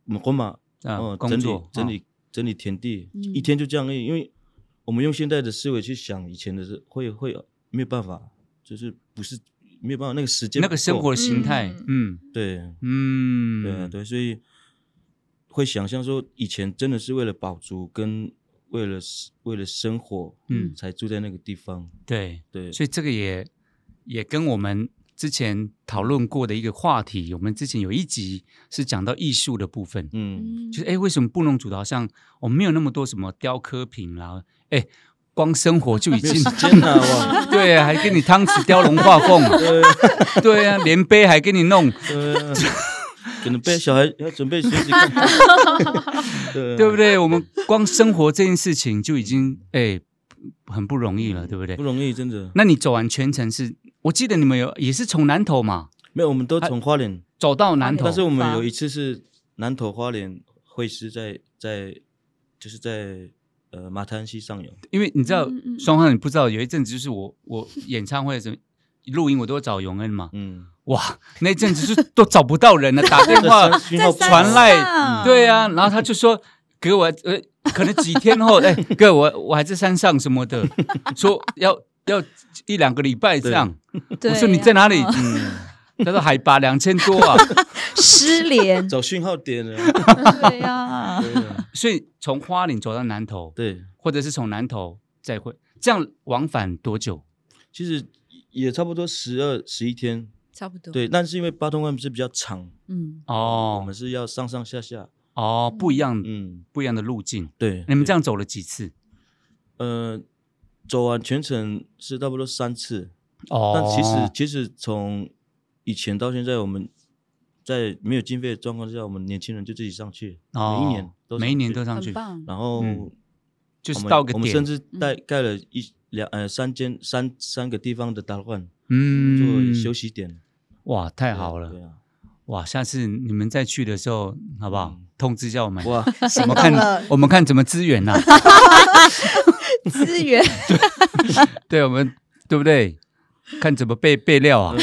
S3: 我们回马
S1: 啊、
S3: 哦，
S1: 工
S3: 整理
S1: 作
S3: 整
S1: 哦
S3: 理、整理田地，一
S6: 嗯
S3: 天就这样而已。因为我们用现在的思维去想以前的事，会会没有办法，就是不是没有办法那个时间
S1: 那
S3: 不
S1: 个生
S3: 够
S1: 活形态，嗯
S3: 对
S1: 嗯，
S3: 对啊对，所以会想象说以前真的是为了保足跟为了为了生活，
S1: 嗯
S3: 才住在那个地方。
S1: 对
S3: 对，
S1: 所以这个也也跟我们之前讨论过的一个话题，我们之前有一集是讲到艺术的部分，
S3: 嗯，
S1: 就是哎，诶为什么布农族的好像我们没有那么多什么雕刻品啦？哎，光生活就已
S3: 没有
S1: 经。
S3: 时间了哇
S1: 对啊，还给你汤匙雕龙画凤，
S3: 对
S1: 对啊，连杯还给你弄，
S3: 对啊，可能被小孩要准备随时看， 对啊
S1: 对不？对？我们光生活这件事情就已经哎很不容易了，对不对
S3: 不？容易，真啊的。
S1: 那你走完全程是，我记得你们有也是从南头嘛
S3: 没有，我们都从花莲，
S1: 走到南头，
S3: 啊但是我们
S6: 发
S3: 有一次是南投花莲会师在在就是在呃马滩溪上游，
S1: 因为你知道
S6: 嗯嗯嗯
S1: 双方你不知道有一阵子就是我我演唱会什么录音我都找永恩嘛，
S3: 嗯，
S1: 哇那一阵子就都找不到人了，打电
S3: 在
S1: 话
S3: 山讯号
S6: 在山
S1: 传赖
S6: 上
S1: 对啊，然后他就说给我呃可能几天后，哎，哥，我我还在山上什么的，说要要一两个礼拜这样。
S6: 对
S1: 我说你在哪里
S6: 啊？
S3: 嗯，，
S1: 他说海拔两千多啊，
S6: 失联
S3: 找讯号点了。
S6: 对呀，
S3: 对啊
S1: 所以从花莲走到南投，
S3: 对，
S1: 或者是从南投再回，这样往返多久？
S3: 其实也差不多十二十一天。
S6: 差不多，
S3: 对，但是因为八通关是比较长，
S6: 嗯，
S3: 我
S1: 哦
S3: 们是要上上下下。
S1: 哦，不一样，
S3: 嗯，
S1: 不一样的路径。
S3: 对。
S1: 你们这样走了几次？
S3: 呃，走完全程是差不多三次，
S1: 哦
S3: 但其实其实从以前到现在，我们在没有经费的状况之下，我们年轻人就自己上去，每一年都
S1: 哦每一年都
S3: 上
S1: 上
S6: 很
S1: 去，
S6: 棒
S3: 去，，然后
S1: 嗯就
S3: 我
S1: 是
S3: 们
S1: 到个
S3: 我们甚
S1: 点，嗯
S3: 至带盖了一两呃三间三三个地方的打换
S1: 嗯
S3: 做，休息点，
S1: 哇，太
S3: 太
S1: 好了
S3: 对，啊，
S1: 哇！下次你们再去的时候，好不好
S3: 嗯？
S1: 通知一下我们，
S3: 哇，
S1: 我
S4: 行
S1: 们
S4: 动
S1: 看
S4: 了
S1: 我们看怎么支援啊呐。
S6: 资源
S1: 对，我们对不对？看怎么备备料啊。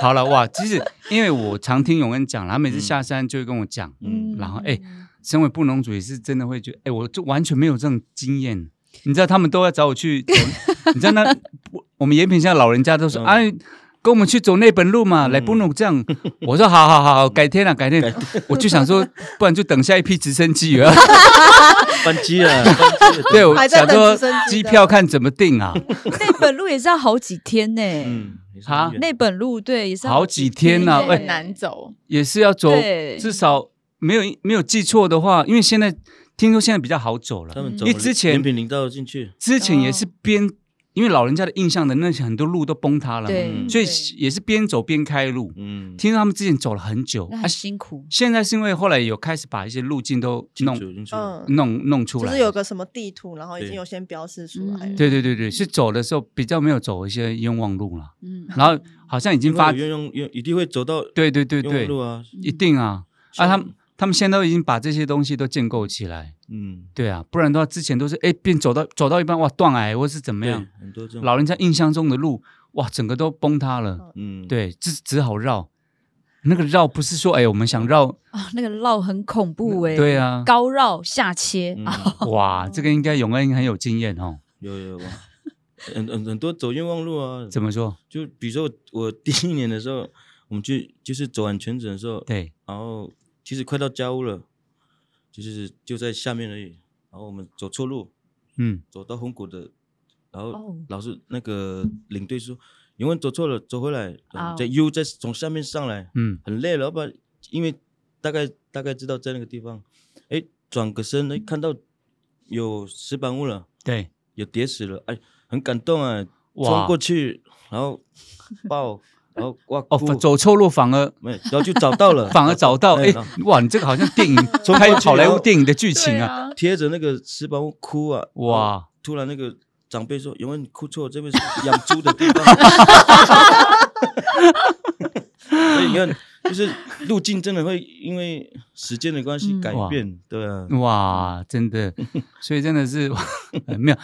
S1: 好了哇，其实因为我常听永恩讲啦，他每次下山就会跟我讲，
S3: 嗯
S1: 然后哎，身为布农族也是真的会觉得，哎，我就完全没有这种经验。你知道他们都要找我去走， 你知道那我我们延平乡老人家都说，
S3: 嗯
S1: 哎、跟我们去走那本路嘛，来布农这样。我说好好好好，改天了、改天。 我就想说，不然就等下一批直升机啊。
S3: 班机 啊，班机啊
S1: 对，我
S4: 还在
S1: 想
S4: 等
S1: 说
S4: 直升机
S1: 机
S4: 的
S1: 票看怎么定 啊。
S6: 那本路也是要好几天呢，
S3: 嗯，也是
S1: 啊
S3: 很远
S6: 那本路对也是要
S1: 好几天哎呐
S6: 呢，
S1: 喂
S5: 很难走，
S1: 也是要走，
S6: 对
S1: 至少没有没有记错的话，因为现在听说现在比较好走
S3: 他
S1: 了。
S3: 们
S5: 嗯
S3: 走
S1: 因为之前
S3: 连平林道进去，
S1: 之前也
S4: 哦
S1: 是边，因为老人家的印象的那些很多路都崩塌了嘛，
S6: 对，
S3: 嗯
S1: 所以
S6: 对
S1: 也是边走边开路。
S3: 嗯，
S1: 听说他们之前走了很久，
S6: 那
S1: 啊
S6: 很辛苦，
S1: 现在是因为后来有开始把一些路径都
S3: 清
S1: 弄
S3: 楚清楚，
S4: 嗯，
S1: 弄弄出
S4: 就
S1: 来，
S4: 是有个什么地图，然后已经
S3: 对
S4: 有先标示出来
S6: 嗯
S4: 了。
S1: 对对对对，是走的时候比较没有走一些冤枉路了，
S6: 嗯，
S1: 然 后好像已经发，
S3: 因为有用用一定会走到
S1: 对对对
S3: 用
S1: 对，
S3: 路啊，
S1: 一定啊啊
S3: 像
S1: 他们。他们现在都已经把这些东西都建构起来，
S3: 嗯，
S1: 对啊，不然的话，之前都是哎，变走到走到一半哇，断崖或是怎么
S3: 对
S1: 样，
S3: 很多这种
S1: 老人家印象中的路哇，整个都崩塌了，
S3: 嗯，
S1: 对，只只好绕。那个绕不是说哎，我们想绕，
S6: 啊，那个绕很恐怖哎，
S1: 对啊
S6: 高绕下切
S3: 嗯，
S6: 啊，
S1: 哇，这个应该永恩很有经验哦。
S3: 有有有，很很很多走冤枉路啊，
S1: 怎么说？
S3: 就比如说我我第一年的时候，我们去就是走完全程的时候，
S1: 对，
S3: 然后其实快到家屋了，就是就在下面而已，然后我们走错路，
S1: 嗯，
S3: 走到红谷的，然后
S6: 哦
S3: 老师那个领队说，永文走错了，走回来，
S6: 哦
S3: 再 U 再从下面上来，
S1: 嗯，
S3: 很累了，要不然因为大概大概知道在那个地方，哎，转个身，哎，看到有石板屋了，
S1: 对，
S3: 有叠石了，哎，很感动啊，
S1: 哇
S3: 冲过去，然后 抱，然后哇
S1: 哦，
S3: 哭
S1: 反走错路反而
S3: 没有，然后就找到了，
S1: 反而找 到
S3: 哎
S1: 哎
S3: 然后，
S1: 哇，你这个好像电影
S3: 冲过
S1: 拍
S3: 去
S1: 好莱
S3: 然
S1: 坞
S3: 后
S1: 电影的剧情啊，
S5: 啊，
S3: 贴着那个石板屋哭啊，然后
S1: 哇，
S3: 突然那个长辈说，永文你哭错了，这边是养猪的地 方。所以你看，就是路径真的会因为时间的关系
S6: 嗯
S3: 改
S1: 哇嗯
S3: 变，对啊，
S1: 哇，真 的，所以真的是、呃没有。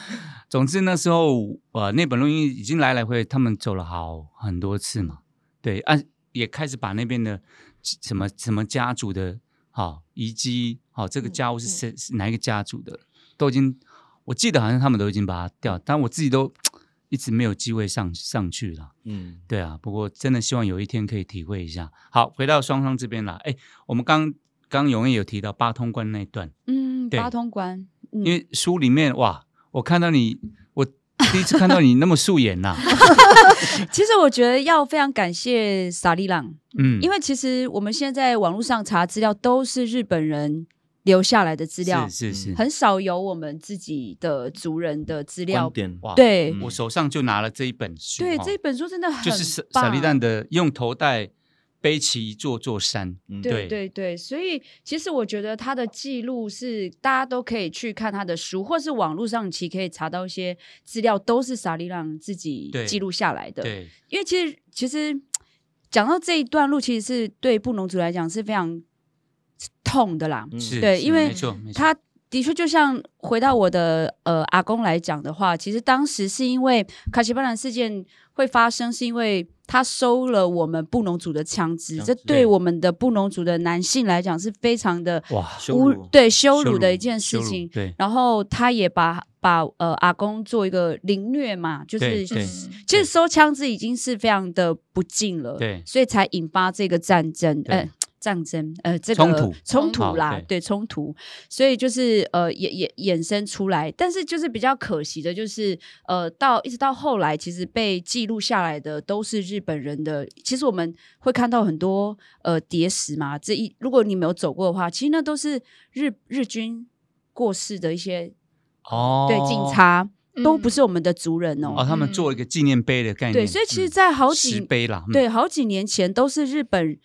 S1: 总之那时候，呃，那本录音已经来来回，他们走了好很多次嘛。对，啊，也开始把那边的什么什么家族的，好、遗迹，好、这个
S4: 嗯
S1: 家务是
S4: 嗯
S1: 谁、是哪一个家族的，都已经，我记得好像他们都已经把它掉，但我自己都一直没有机会上上去了。
S3: 嗯，
S1: 对啊，不过真的希望有一天可以体会一下。好，回到双双这边啦。哎，我们刚刚永远有提到八通关那一段。
S6: 嗯，
S1: 对
S6: 八通关，嗯
S1: 因为书里面哇，我看到你，我第一次看到你那么素颜 呐、
S6: 其实我觉得要非常感谢萨利朗，
S1: 嗯，
S6: 因为其实我们现在网络上查资料都是日本人留下来的资料，
S1: 是是是，
S6: 很少有我们自己的族人的资
S3: 观
S6: 料。
S3: 点，
S1: 哇
S6: 对
S1: 我手上就拿了这一本书，
S6: 对，
S1: 哦
S6: 这本书真的很
S1: 嗯就是傻
S6: 棒
S1: 傻利蛋的用头带背起一座座山，
S3: 嗯
S6: 对
S1: 对
S6: 对对，所以其实我觉得他的记录是大家都可以去看他的书，或是网络上其实可以查到一些资料，都是萨利朗自己
S1: 对
S6: 记录下来的。
S1: 对，
S6: 因为其实其实讲到这一段路，其实是对布农族来讲是非常痛的啦。
S3: 嗯
S1: 是，
S6: 对
S1: 是
S6: 因为
S1: 没错没错，
S6: 他的确就像回到我的呃阿公来讲的话，其实当时是因为卡西巴兰事件会发生，是因为他收了我们布农族的枪支，
S3: 枪
S6: 这
S3: 支
S6: 对
S3: 对
S6: 我们的布农族的男性来讲是非常的
S1: 哇，
S3: 羞
S6: 侮
S3: 辱
S6: 对羞辱的一件事
S1: 羞辱
S6: 情。
S1: 对，
S6: 然后他也把把呃阿公做一个凌虐嘛，就
S1: 对
S6: 是
S1: 对
S6: 其实收枪支已经是非常的不敬了，
S1: 对
S6: 所以才引发这个战争，
S1: 对
S6: 呃，战争，呃，这个
S1: 冲突
S6: 冲
S1: 好
S6: 突啦，
S1: 对
S6: 对冲突，所以就是呃，衍衍衍生出来，但是就是比较可惜的，就是呃，到一直到后来，其实被记录下来的都是日本人的，其实我们会看到很多呃牒石嘛，这一如果你没有走过的话，其实那都是日日军过世的一些
S1: 哦，
S6: 对警察。都
S5: 嗯
S6: 不是我们的族人
S1: 哦，他
S3: 嗯
S1: 们做一个纪念碑的概念，
S6: 对，所以其实，
S1: 嗯
S6: 在好
S1: 石
S6: 几、
S1: 碑啦，嗯
S6: 对好几年前，都是日本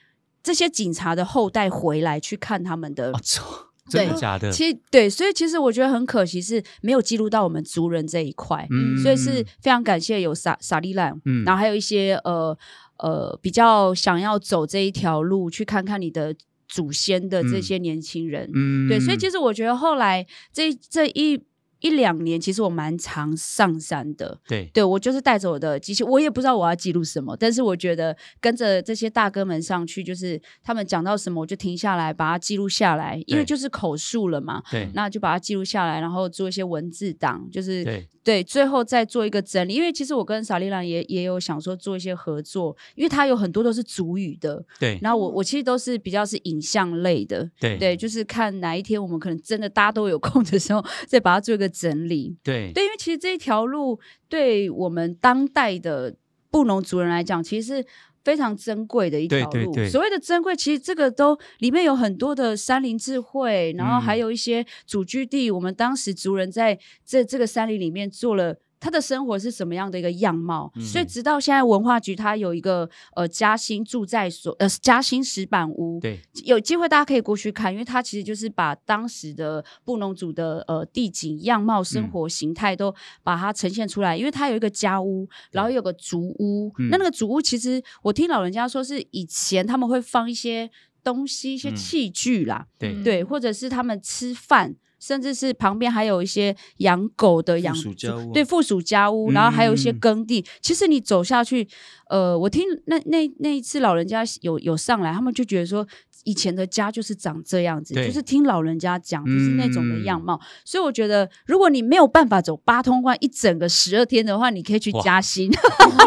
S6: 这些警察的后代回来去看他们的。
S1: 哦，操真的
S6: 对
S1: 假的？
S6: 其实对，所以其实我觉得很可惜，是没有记录到我们族人这一块，
S1: 嗯
S6: 所以是非常感谢有萨萨利兰，
S1: 嗯
S6: 然后还有一些呃呃比较想要走这一条路，去看看你的祖先的这
S1: 嗯
S6: 些年轻人，
S1: 嗯
S6: 对，所以其
S1: 实
S6: 实我觉得后来这这一一两年，其实我蛮常上山的，
S1: 对
S6: 对我就是带着我的机器，我也不知道我要记录什么，但是我觉得跟着这些大哥们上去，就是他们讲到什么，我就停下来把它记录下来，因为
S1: 对
S6: 就是口述了嘛，
S1: 对
S6: 那就把它记录下来，然后做一些文字档，就是
S1: 对
S6: 最后再做一个整理。因为其实我跟萨利兰也也有想说做一些合作，因为他有很多都是主语的，
S1: 对
S6: 然后我我其实都是比较是影像类的，
S1: 对
S6: 对，就是看哪一天我们可能真的大家都有空的时候，再把它做一个整理。
S1: 对
S6: 对，因为其实这一条路对我们当代的布农族人来讲，其实是非常珍贵的一
S1: 对
S6: 条路。
S1: 对对
S6: 所谓的珍贵，其实这个都里面有很多的山林智慧，然后还
S1: 嗯
S6: 有一些祖居地。我们当时族人在这这个山林里面做了。他的生活是什么样的一个样貌？所以
S1: 嗯
S6: 直到现在，文化局它有一个呃嘉兴住宅所，呃嘉兴石板屋，
S1: 对
S6: 有机会大家可以过去看，因为它其实就是把当时的布农族的呃地景样貌、生活形态都把它呈现出来。因为它有一个家屋，然后有个竹屋，
S1: 嗯
S6: 那那个竹屋其实我听老人家说是以前他们会放一些东西、一些
S3: 嗯
S6: 器具啦，
S1: 对
S5: 嗯
S6: 对，或者是他们吃饭。甚至是旁边还有一些养狗的养
S3: 属家屋
S6: 对附属家屋，然后还有一些
S1: 嗯
S6: 耕地。其实你走下去，呃，我听那那那一次老人家有有上来，他们就觉得说，以前的家就是长这样子，
S1: 对
S6: 就是听老人家讲，就是那种的
S1: 嗯
S6: 样貌。所以我觉得，如果你没有办法走八通关一整个十二天的话，你可以去
S1: 哇
S6: 嘉兴，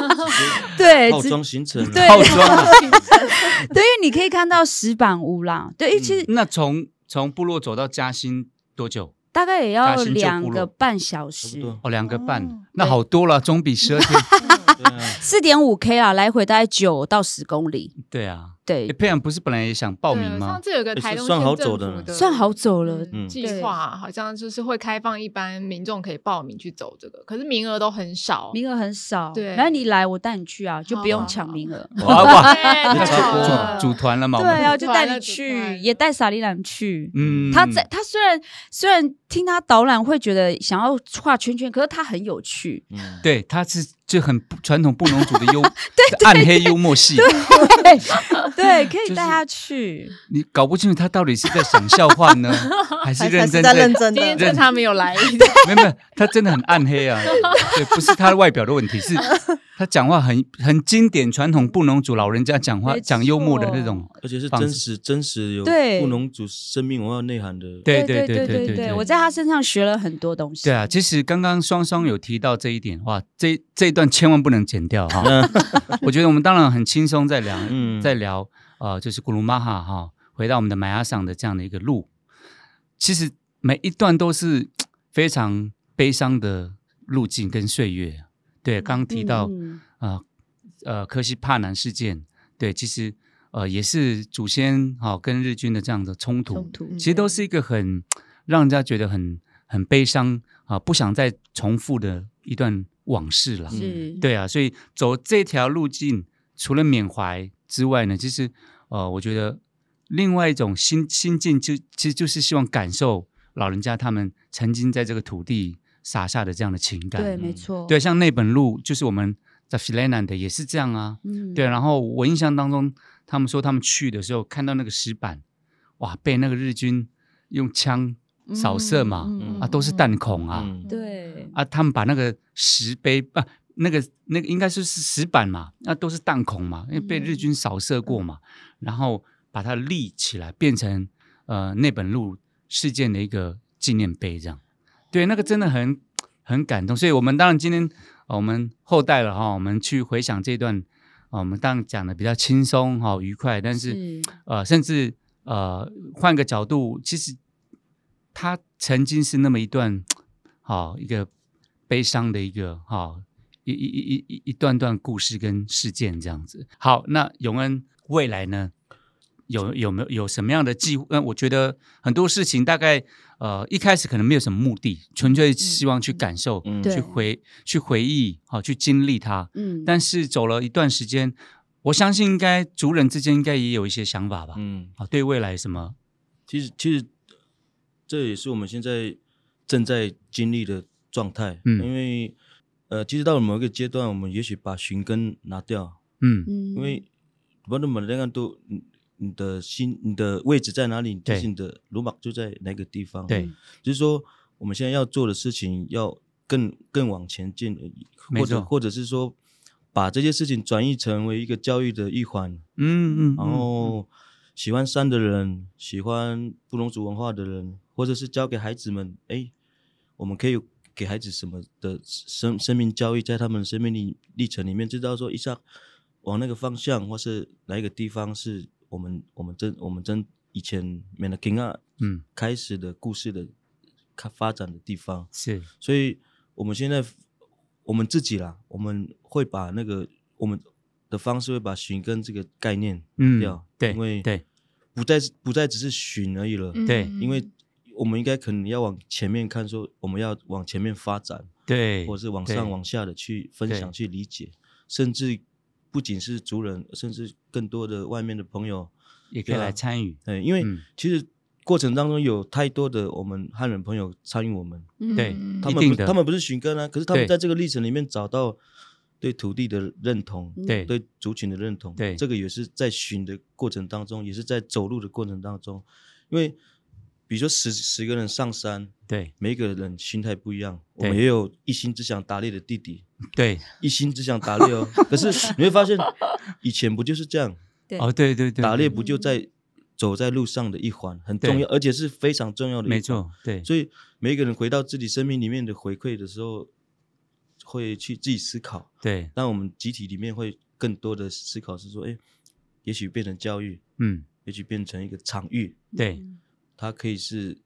S6: 对，
S3: 套
S6: 只
S3: 装行程啊，
S6: 对
S1: 套装啊。
S6: 对，因为你可以看到石板屋啦，对，因为其实
S1: 那从从部落走到嘉兴多久？
S6: 大概也
S1: 嘉
S6: 要
S1: 兴旧部
S6: 两
S1: 落
S6: 个半小时
S3: 差不。多
S1: 哦，两个
S4: 哦
S1: 半，那好多了，总比十二天。
S3: 对啊，
S6: 四点五 K 啦，来回大概九到十公里，
S1: 对啊，
S6: 对
S1: 诶，佩阳不是本来也想报
S5: 对啊
S1: 名吗
S5: 上？次有个
S3: 哎也是
S5: 台东
S3: 算
S5: 县
S3: 好
S5: 政
S3: 走
S5: 府
S3: 的
S5: 的，
S6: 算好走了。
S5: 嗯
S3: 嗯
S5: 计
S6: 对
S5: 划好像就是会开放一般民众可以报名去走这个，可是名额都很少。
S6: 名额很少，
S5: 对
S6: 然后你来，我带你去啊，就不
S5: 好
S6: 用
S5: 啊
S6: 抢
S5: 好啊
S6: 名 额。
S1: 哇哇，
S5: 对
S3: 那
S5: 太
S3: 差不
S5: 好
S3: 多
S5: 了
S1: 组组团了嘛？我
S6: 对
S1: 们
S6: 啊，就
S5: 团
S6: 带
S5: 了
S6: 你
S5: 组
S6: 去，
S5: 团
S6: 也带萨利兰去。
S1: 嗯，
S6: 他在他虽然虽然听他导览会觉得想要画圈圈，可是他很有 趣，
S3: 嗯，
S1: 对他是就很不传统布农族的幽对暗黑幽默系，
S6: 对，可
S1: 就是
S6: 以带他去。
S1: 你搞不清楚他到底是在想笑话呢，还是
S4: 还
S1: 认
S4: 还
S1: 真
S4: 是在认真
S5: 今天
S4: 的，
S5: 正常没有来，
S6: 嗯
S1: 没有没有，他真的很暗黑啊。 对，不是他的外表的问题，是他讲话很很经典传统布农族老人家讲话
S6: 没
S1: 讲幽默的那
S6: 错
S1: 种。
S3: 而且是
S1: 放
S3: 真
S1: 肆
S3: 实真实有
S6: 对
S3: 布农族生命文化内涵的，
S1: 对
S6: 对
S1: 对
S6: 对
S1: 对
S6: 我在他身上学了很多东西。
S1: 对啊，其实刚刚双双有提到这一点，哇，这这一段千万不能剪掉哈。 我觉得我们当然很轻松在聊，
S3: 嗯
S1: 在聊呃，就是古鲁玛哈哈，回到我们的玛雅上的这样的一个路，其实每一段都是嘖非常悲伤的路径跟岁月。对，刚刚提到、
S6: 嗯
S1: 啊，呃科西帕南事件，对，其实呃也是祖先好、跟日军的这样的冲突，
S6: 冲突嗯
S1: 其实都是一个很让人家觉得很很悲伤啊、不想再重复的一段往事了。
S6: 是，
S1: 对啊，所以走这条路径，除了缅怀之外呢，其实呃，我觉得另外一种心心境就其实就是希望感受老人家他们曾经在这个土地撒下的这样的情感。
S6: 对，没
S3: 嗯
S6: 错，
S1: 对，，像那本路就是我们在 f i l a n a 的也是这样啊。
S6: 嗯，
S1: 对，然后我印象当中，他们说他们去的时候看到那个石板，哇，被那个日军用枪扫射嘛，
S6: 嗯
S1: 啊，都是弹孔啊，
S3: 嗯，
S6: 对，
S1: 啊，他们把那个石碑啊，那个那个应该是是石板嘛，那都是弹孔嘛，因为被日军扫射过嘛，然后把它立起来，变成呃内本路事件的一个纪念碑，这样。对，那个真的很很感动，所以我们当然今天、呃我们后代了哈、我们去回想这段，啊，我们当然讲的比较轻松哈、愉快，但是
S6: 是
S1: 呃，甚至呃，换个角度，其实他曾经是那么一段好、一个悲伤的一个好、一一一一一一段段故事跟事件这样子。好，那永恩未来呢？有有没有有什么样的计？嗯，我觉得很多事情大概呃一开始可能没有什么目的，纯粹希望去感受、
S3: 嗯
S6: 对
S1: 去回、去回忆、好、去经历它。
S6: 嗯，
S1: 但是走了一段时间，我相信应该族人之间应该也有一些想法吧。
S3: 嗯，
S1: 啊，对未来什么？
S3: 其实其实这也是我们现在正在经历的状态，
S1: 嗯
S3: 因为呃，其实到了某一个阶段，我们也许把寻根拿掉，
S1: 嗯
S6: 嗯
S3: 因为不论每个人都你你的心你的位置在哪里，
S1: 对
S3: 就是你的鲁莽就在哪个地方，
S1: 对，
S3: 就是说我们现在要做的事情要更更往前进，
S1: 没
S3: 或
S1: 错
S3: 者或者是说把这些事情转移成为一个教育的一环，
S1: 嗯嗯，
S3: 然后喜欢山的人，喜欢布农族文化的人，或者是教给孩子们，哎，我们可以给孩子什么的生生命教育，在他们生命历历程里面，知道说一下往那个方向，或是哪一个地方是我们我们真我们真以前 m a n a k i n a
S1: 嗯
S3: 开始的故事的开发展的地方，
S1: 是
S3: 所以我们现在我们自己啦，我们会把那个我们的方式会把寻根这个概念拿
S1: 嗯
S3: 掉，
S1: 对
S3: 因为
S1: 对
S3: 不再不再只是寻而已了，
S1: 对
S5: 嗯
S3: 因为我们应该可能要往前面看，说我们要往前面发展，
S1: 对，
S3: 或者是往
S1: 对
S3: 上往下的去分
S1: 对
S3: 享、去理解，甚至不仅是族人，甚至更多的外面的朋友，
S1: 也可以
S3: 对啊
S1: 来参与。
S3: 对，因为
S1: 嗯
S3: 其实过程当中有太多的我们汉人朋友参与我们，
S1: 对
S5: 嗯
S3: 他
S1: 一
S3: 们
S1: 定
S3: 不
S1: 的
S3: 他们不是寻根啊，可是他
S1: 对
S3: 们在这个历程里面找到对土地的认同，
S1: 对
S3: 对族群的认同，
S1: 对
S3: 这个也是在寻的过程当中，也是在走路的过程当中，因为比如说十十个人上山，
S1: 对
S3: 每一个人心态不一样，我
S1: 对
S3: 们也有一心只想打猎的弟弟，
S1: 对
S3: 一心只想打猎哦，可是你会发现以前不就是这样，
S6: 对
S1: 哦，对对对，
S3: 打猎
S1: 对
S3: 不就在走在路上的一环，很
S1: 对
S3: 重要，而且是非常重要的，
S1: 没。错，对
S3: 所以每一个人回到自己生命里面的回馈的时候，会去自己思考。
S1: 对，
S3: 但我们集体里面会更多的思考是说，哎，也许变成教育，
S1: 嗯
S3: 也许变成一个场域，
S1: 对
S3: 它可以是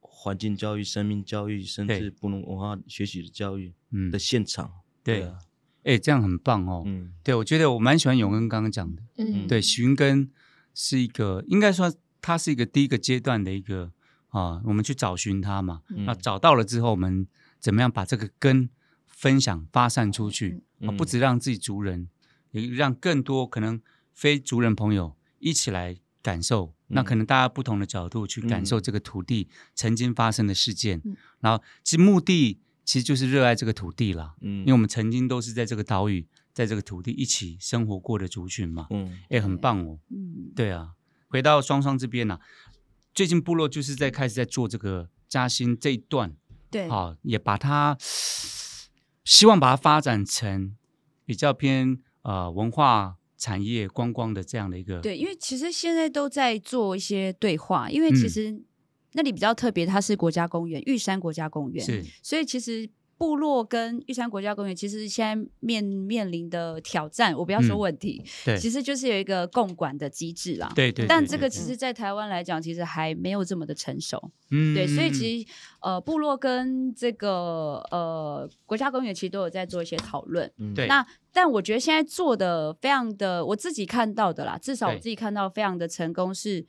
S3: 环境教育、生命教育，甚
S1: 对
S3: 至不能文化学习的教育
S1: 嗯
S3: 的现场。
S1: 对
S3: 啊，
S1: 哎，这样很棒哦。
S3: 嗯，
S1: 对，我觉得我蛮喜欢永恩刚刚讲的。
S5: 嗯
S1: 对，寻根是一个，应该说它是一个第一个阶段的一个啊，我们去找寻它嘛。那
S3: 嗯
S1: 找到了之后，我们怎么样把这个根分享发散出去？啊，
S3: 嗯
S1: 不止让自己族人，也让更多可能非族人朋友一起来感受。那
S3: 嗯
S1: 可能大家不同的角度去感受
S3: 嗯
S1: 这个土地曾经发生的事件，
S5: 嗯
S1: 然后其实目的其实就是热爱这个土地啦，
S3: 嗯
S1: 因为我们曾经都是在这个岛屿。在这个土地一起生活过的族群嘛，
S3: 嗯
S1: 哎、很棒哦。
S6: 嗯
S1: 对啊，回到双双这边呐、最近部落就是在开始在做这个嘉兴这一段，
S6: 对
S1: 好、也把它希望把它发展成比较偏呃文化产业观光的这样的一个
S6: 对，因为其实现在都在做一些对话，因为其
S1: 嗯
S6: 实那里比较特别，它是国家公园，玉山国家公园，
S1: 是
S6: 所以其实部落跟玉山国家公园其实现在面面临的挑战，我不要说
S1: 嗯
S6: 问题，
S1: 对
S6: 其实就是有一个共管的机制啦。
S1: 对对，
S6: 但
S1: 对
S6: 这
S1: 对嗯
S6: 个
S1: 对
S6: 其实，在台湾来讲，其实还没有这么的成熟，
S1: 嗯
S6: 对，所以
S1: 实
S6: 其实呃，部落跟这个呃国家公园其实都有在做一些讨论。
S3: 嗯
S1: 对
S6: 那但我觉得现在做的非常的，我自己看到的啦，至少我
S1: 对
S6: 自己看到非常的成功是，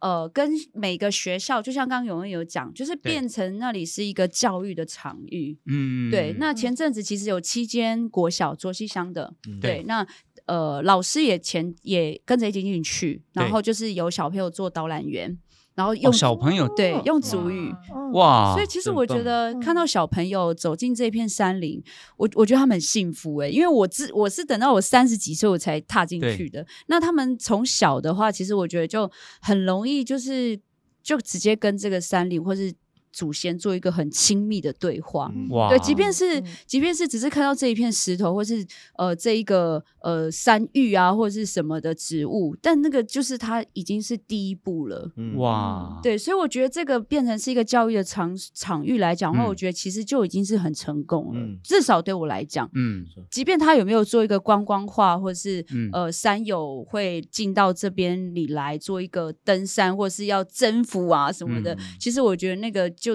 S6: 呃，跟每个学校，就像刚刚永恩有讲，就是变成那里是一个教育的场域。
S1: 嗯
S6: 对，那
S5: 嗯
S6: 前阵子其实有七间国小卓西乡的，
S3: 嗯
S6: 对，那呃老师也前也跟着一起进去，然
S1: 对
S6: 后就是有小朋友做导览员，然后
S1: 哦
S6: 用
S1: 小朋友
S6: 对用
S5: 主
S6: 主语。
S4: 嗯
S1: 哇，
S6: 所以其实
S3: 啊真
S6: 我觉
S3: 棒
S6: 得看
S5: 嗯
S6: 到小朋友走进这片山林，我我觉得他们很幸福诶、因为我自我是等到我三十几岁我才踏进
S1: 对
S6: 去的。那他们从小的话，其实我觉得就很容易就是就直接跟这个山林或是祖先做一个很亲密的对话。
S3: 嗯
S1: 哇
S6: 对，即便是
S5: 嗯
S6: 即便是只是看到这一片石头，或是呃这一个呃山芋啊，或者是什么的植物，但那个就是它已经是第一步了。
S3: 嗯，
S1: 哇，
S6: 对，所以我觉得这个变成是一个教育的场场域来讲的话，
S1: 嗯
S6: 我觉得其实就已经是很成功了。
S3: 嗯
S6: 至少对我来讲，
S1: 嗯
S6: 即便他有没有做一个观光化，或是、
S1: 嗯
S6: 呃山友会进到这边里来做一个登山，或是要征服啊什么的，
S1: 嗯
S6: 其实我觉得那个就。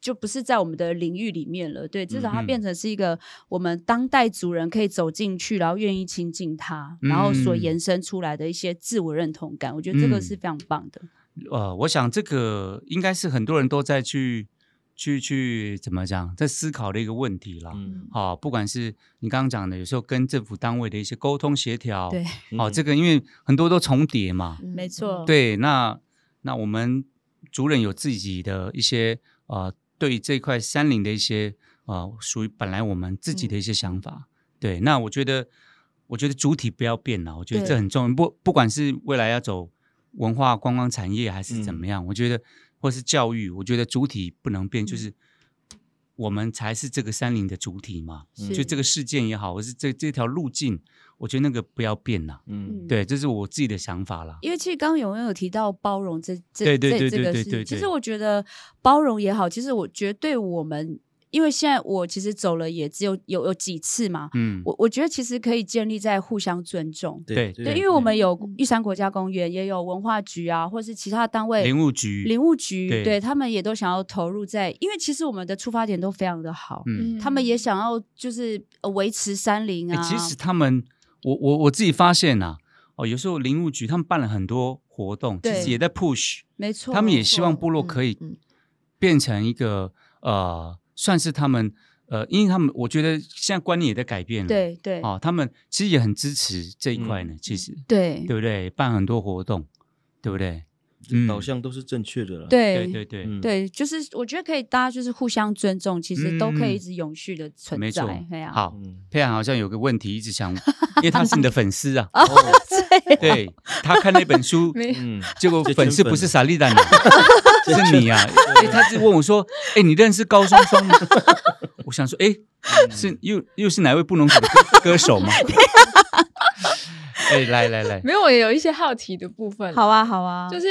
S6: 就不是在我们的领域里面了，对，至少它
S1: 嗯嗯
S6: 变成是一个我们当代族人可以走进去，然后愿意亲近它，然后所
S1: 嗯
S6: 延伸出来的一些自我认同感，我觉得这个是
S1: 嗯
S6: 非常棒的。
S1: 呃，我想这个应该是很多人都在去去去怎么讲，在思考的一个问题啦。
S3: 嗯，
S1: 好、不管是你刚刚讲的，有时候跟政府单位的一些沟通协调，
S6: 对，
S1: 好、
S3: 嗯
S1: 这个因为很多都重叠嘛，
S5: 嗯
S6: 没错
S1: 对，那那我们族人有自己的一些呃，对于这块山林的一些呃，属于本来我们自己
S6: 嗯
S1: 的一些想法。对，那我觉得，我觉得主体不要变了，我觉得这
S6: 对
S1: 很重要。不不管是未来要走文化观光产业还是怎么样，我觉得或是教育，我觉得主体不能变，
S6: 嗯
S1: 就是我们才是这个山林的主体嘛。
S3: 嗯
S1: 就这个事件也好，或是这这条路径，我觉得那个不要变了。
S3: 嗯
S1: 对，这是我自己的想法啦。
S6: 因为其实刚刚永恩有提到包容这这
S1: 对对对
S6: 这
S1: 对
S6: 这个
S1: 对
S6: 事
S1: 对
S6: 情，其
S1: 对
S6: 实我觉得包容也好，其实我觉得对我们，因为现在我其实走了也只有有有几次嘛，
S1: 嗯，
S6: 我我觉得其实可以建立在互相尊重。
S1: 对
S6: 对，因为我们有
S5: 嗯
S6: 玉山国家公园，也有文化局啊，或是其他单位，
S1: 林务局，
S6: 林务局，
S1: 对
S6: 他们也都想要投入在，因为其实我们的出发点都非常的好，
S1: 嗯，
S6: 他们也想要就是呃维持山林
S1: 欸
S6: 啊，
S1: 其实他们，我我我自己发现呐、哦，有时候林务局他们办了很多活动，其
S6: 对
S1: 实也在 push，
S6: 没错，
S1: 他们也
S6: 没
S1: 希
S6: 错
S1: 望部落可以
S5: 嗯嗯
S1: 变成一个、呃，算是他们呃，因为他们我觉得现在观念也在改变了，，
S6: 对嗯对
S1: 哦，他们其实也很支持这一块呢，其实
S6: 对
S1: 对不对？办很多活动，对不对？嗯
S3: 导向都是正确的了。
S1: 对对对，
S3: 嗯，
S6: 对，就是我觉得可以，大家就是互相尊重，其实都可
S1: 嗯
S6: 以
S1: 嗯
S6: 一直永续的存
S1: 没
S6: 在。
S1: 错
S6: 对啊，
S1: 好，
S3: 嗯，
S1: 佩涵好像有个问题一直想，因为他是你的粉丝
S6: 哦
S1: 啊，对他看那本书，
S5: 没
S3: 嗯，
S1: 结果
S3: 这
S1: 粉丝
S3: 圈粉
S1: 不是
S3: 了
S1: 萨利达呢， 是你啊！哎，他是问我说：“哎，你认识高双双吗？” 我想说：“哎，是
S3: 嗯
S1: 又又是哪位不能组的歌歌手吗？” 哎，来来来，
S5: 没有，我也有一些好奇的部分。
S6: 好啊，好啊，
S5: 就是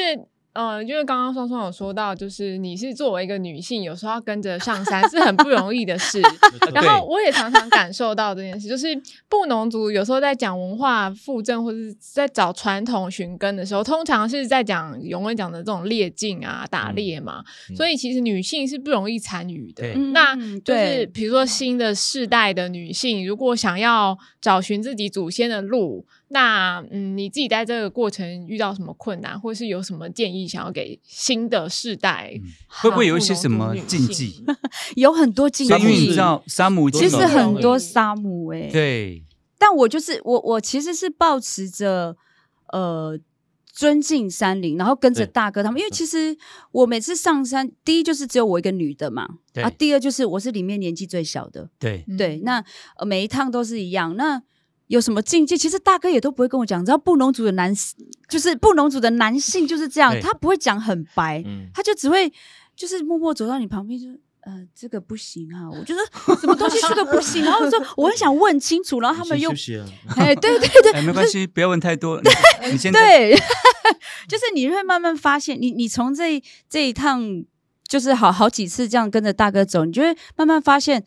S5: 呃，因为刚刚双双有说到，就是你是作为一个女性，有时候要跟着上山是很不容易 的事。
S3: 呃
S5: 然后我也常常感受到这件事，就是布农族有时候在讲文化复振或者是在找传统寻根的时候，通常是在讲永文讲的这种猎境啊、打猎嘛，
S3: 嗯
S5: 所以其实女性是不容易参与的。
S1: 对
S6: 嗯
S5: 那
S6: 嗯
S5: 就是
S6: 对
S5: 比如说新的世代的女性，如果想要找寻自己祖先的路，那嗯，你自己在这个过程遇到什么困难，或是有什么建议想要给新的嗯世代？
S1: 嗯会不会有一些什么禁忌？
S6: 有很多禁
S1: 所以因为你
S6: 忌
S1: 知，道，沙姆
S3: 多
S6: 其
S3: 少
S6: 实很
S5: 都有
S6: 多沙姆哎、
S1: 对，
S6: 但我就是我，我其实是保持着呃尊敬山林，然后跟着
S3: 对
S6: 大哥他们，
S1: 嗯
S6: 因为其实我每次上山，第一就是只有我一个女的嘛，
S1: 对
S6: 啊，第二就是我是里面年纪最小的，
S1: 对，
S3: 嗯
S6: 对，那、呃每一趟都是一样。那有什么禁忌？其实大哥也都不会跟我讲。你知道布农族的男，就是布农族的男性就是这样
S1: 对，
S6: 他不会讲很白，
S3: 嗯，
S6: 他就只会就是默默走到你旁边就。呃，这个不行啊！我 觉得什么东西这个不行，然后我说我很想问清楚， 然后他们又
S3: 你先休息啊
S6: 哎，对对对，
S1: 哎，没关系，不要问太多。你你先
S6: 对，就是你会慢慢发现，你你从这一这一趟，就是好好几次这样跟着大哥走，你就会慢慢发现，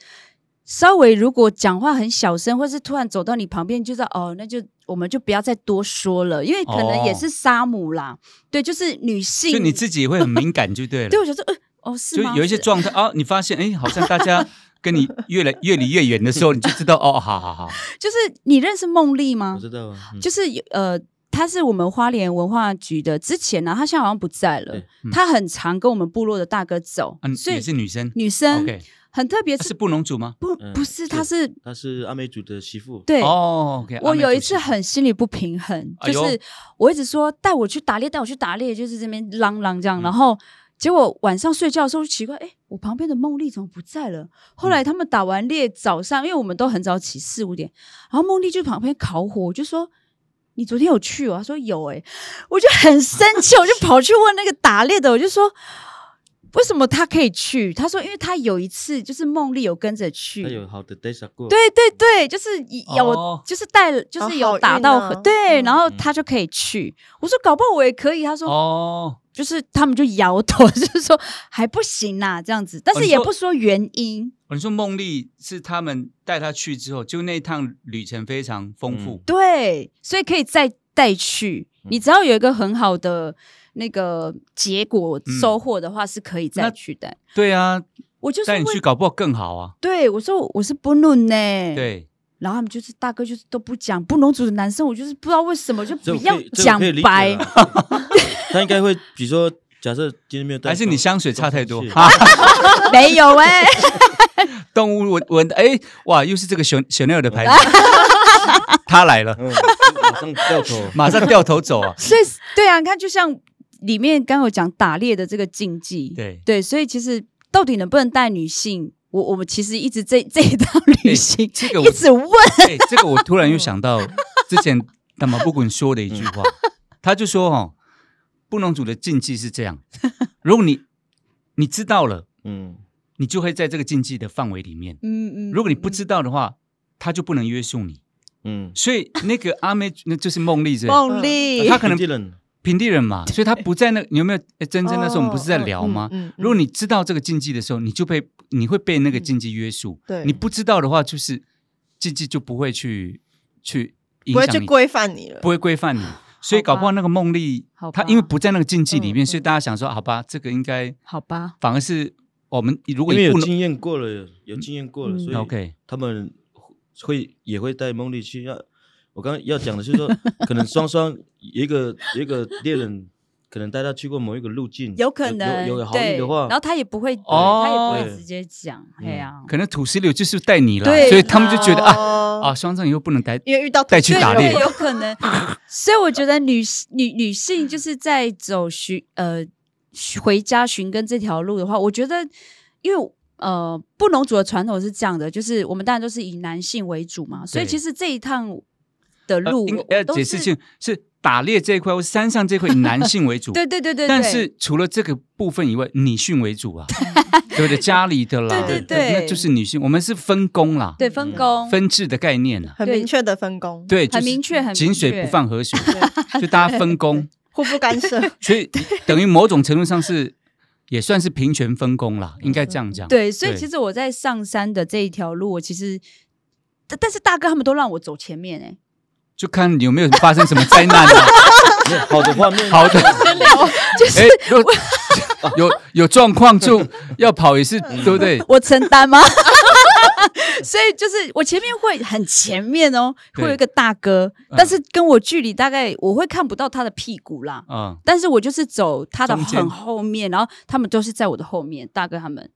S6: 稍微如果讲话很小声，或是突然走到你旁边，你就知道哦，那就我们就不要再多说了，因为可能也
S1: 哦
S6: 是沙姆啦，对，就是女
S1: 就
S6: 性，
S1: 你自己也会很敏感，就对了。
S6: 对我想说，呃，哦，是
S1: 就
S6: 吗？
S1: 有一些
S6: 是
S1: 状态啊，你发现哎，好像大家跟你越来越离越远的时候，你就知道哦，好好好，
S6: 就是你认识梦丽吗？
S3: 我知道啊，嗯
S6: 就是有呃，他是我们花莲文化局的，之前呢、他现在好像不在了
S3: 对。
S1: 嗯
S6: 他很常跟我们部落的大哥走，
S1: 嗯，
S6: 所以
S1: 也是女生
S6: 女生
S1: OK
S6: 很特别
S1: 啊
S6: 是，
S1: 是布农族吗？
S6: 不
S3: 嗯
S6: 不是，
S3: 是
S6: 他是
S3: 她是阿美族的媳妇，
S6: 对。
S1: 哦，OK，阿
S6: 我
S1: 美
S6: 有
S1: 族
S6: 一次
S1: 是
S6: 很心里不平衡，
S1: 哎呦
S6: 就是我一直说带我去打猎，带我去打猎，就是这边嚷嚷这
S1: 嗯
S6: 样，然后结果晚上睡觉的时候奇怪，哎，我旁边的梦丽怎么不在了？后
S1: 嗯
S6: 来他们打完猎，早上因为我们都很早起，四五点，然后梦丽就旁边烤火，我就说。你昨天有去哦？他说有哎、我就很生气，我就跑去问那个打猎的，我就说为什么他可以去？他说，因为他有一次就是梦丽有跟着去，
S3: 他
S1: 哎
S3: 有好的 days 过，
S6: 对对对，就是一有、
S1: 哦
S6: 就是带就是
S4: 好
S6: 有
S4: 好
S6: 打
S4: 运
S6: 到、
S4: 啊
S6: 对，
S4: 嗯
S6: 然后他就可以去。我说搞不好我也可以，他说、
S1: 哦，
S6: 就是他们就摇头， 就是说还不行呐、这样子，但
S1: 哦
S6: 是
S1: 你
S6: 也
S1: 说
S6: 不说原因。
S1: 哦你说梦丽是他们带她去之后，就那一趟旅程非常丰富
S3: 嗯，
S6: 对，所以可以再带去。你只要有一个很好的那个结果
S1: 嗯
S6: 收获的话，是可以再
S1: 那
S6: 去的。
S1: 对啊，
S6: 我就是
S1: 带
S6: 问
S1: 你，去搞不好更好啊，
S6: 对我说我是不论呢，，
S1: 对，
S6: 然后他们就是大哥就是都不讲，不农族的男生我就是不知道为什么就
S3: 这
S6: 不
S3: 我可以
S6: 要
S3: 这我
S6: 讲
S3: 可以理解啊
S6: 白，
S3: 啦 他应该会，比如说，假设今天没有带，
S1: 还是你香水差太多
S3: 是
S1: 啊？
S6: 没有哎、
S1: 动物闻闻的，哎，哇，又是这个 Chan- Chanel 的牌 子，他来了，
S3: 嗯，马上掉头，
S1: 马上掉头走啊！
S6: 所以对啊，你看，就像里面刚有讲打猎的这个禁忌，
S1: 对
S6: 对，所以其实到底能不能带女性，我我们其实一直这 这一趟旅行、
S1: 这个我
S6: 一直问，
S1: 哎，这个我突然又
S4: 嗯
S1: 想到之前那么不滚说的一句话， 他就说哦，布农族的禁忌是这样，如果你你知道了，
S3: 嗯，
S1: 你就会在这个禁忌的范围里面；
S6: 嗯嗯
S1: 如果你不知道的话，他就不能约束你。
S3: 嗯，
S1: 所以那个阿妹，那就是梦丽，是吧
S6: 梦丽，
S1: 他可能
S3: 经纪人
S1: 平地人嘛，所以他不在那。你有没有？哎真真那时候我们不是在聊吗？
S4: 嗯嗯嗯
S1: 如果你知道这个禁忌的时候，你就被你会被那个禁忌约束。
S4: 嗯对
S1: 你不知道的话，就是禁忌就不会去去影
S4: 不会
S1: 响
S4: 去
S1: 你，
S4: 规范你了
S1: 不。会规范你。所以搞不好那个梦丽
S6: 好，吧
S1: 她因为不在那个禁忌里面，
S4: 嗯嗯
S1: 所以大家想说，好吧，这个应该
S6: 好吧，
S1: 反而是我们如果
S3: 因为
S1: 你
S3: 有
S1: 不能
S3: 经验过了，有经验过了，
S6: 嗯
S3: 所以
S1: OK
S3: 他们会也会带梦丽去。要我刚刚要讲的是说，可能双双一个一个猎人，可能带他去过某一个路径，
S6: 有可能
S3: 有有有好
S6: 对
S3: 运的话，
S6: 然后他也不会，
S1: 哦嗯
S6: 他也不
S3: 对
S6: 会直接讲，哎呀、
S1: 可能土石榴就是带你了，
S6: 对哦
S1: 所以他们就觉得啊
S4: 啊
S1: 啊，，双藏以后不能带
S4: 因为遇到
S1: 带去
S6: 对
S1: 打猎
S6: 对，有可能。所以我觉得女女女性就是在走寻呃寻回家寻根这条路的话，我觉得因为。呃，布农族的传统是这样的，就是我们当然都是以男性为主嘛，所以其实这一趟的
S1: 呃
S6: 路
S1: 应
S6: 我，
S1: 要
S6: 我都
S1: 解
S6: 是
S1: 释清楚是打猎这一块或山上这一块以男性为主，
S6: 对对对对对，
S1: 但是除了这个部分以外，女性为 主啊，对不对？家里的啦，
S6: 对对对
S1: 那就是女性，我们是分工啦，
S6: 对分工、
S1: 嗯分制的概念啊，
S4: 很
S6: 对
S4: 明确的分工，
S1: 对，
S6: 很明确很
S1: 就是井
S6: 明
S1: 水
S6: 确
S1: 不犯河 水，就大家分工，
S4: 互不干涉。
S1: 所以 等于某种程度上是也算是平权分工啦，应该这样讲。
S6: 对，所以其
S1: 实
S6: 实我在上山的这一条路，我其实但但是大哥他们都让我走前面哎、
S1: 就看有没有发生什么灾难啊。
S3: 没有好的画面，
S1: 好的，就是如果有有状况 就要跑也是
S6: 嗯
S1: 对不对？
S6: 我承担吗？ 所以就是我前面会很前面哦，
S1: 对
S6: 会有一个大哥，
S1: 嗯
S6: 但是跟我距离大概我会看不到他的屁股啦，
S1: 嗯，
S6: 但是我就是走他的
S1: 中间
S6: 很后面，然后他们都是在我的后面，大哥他们，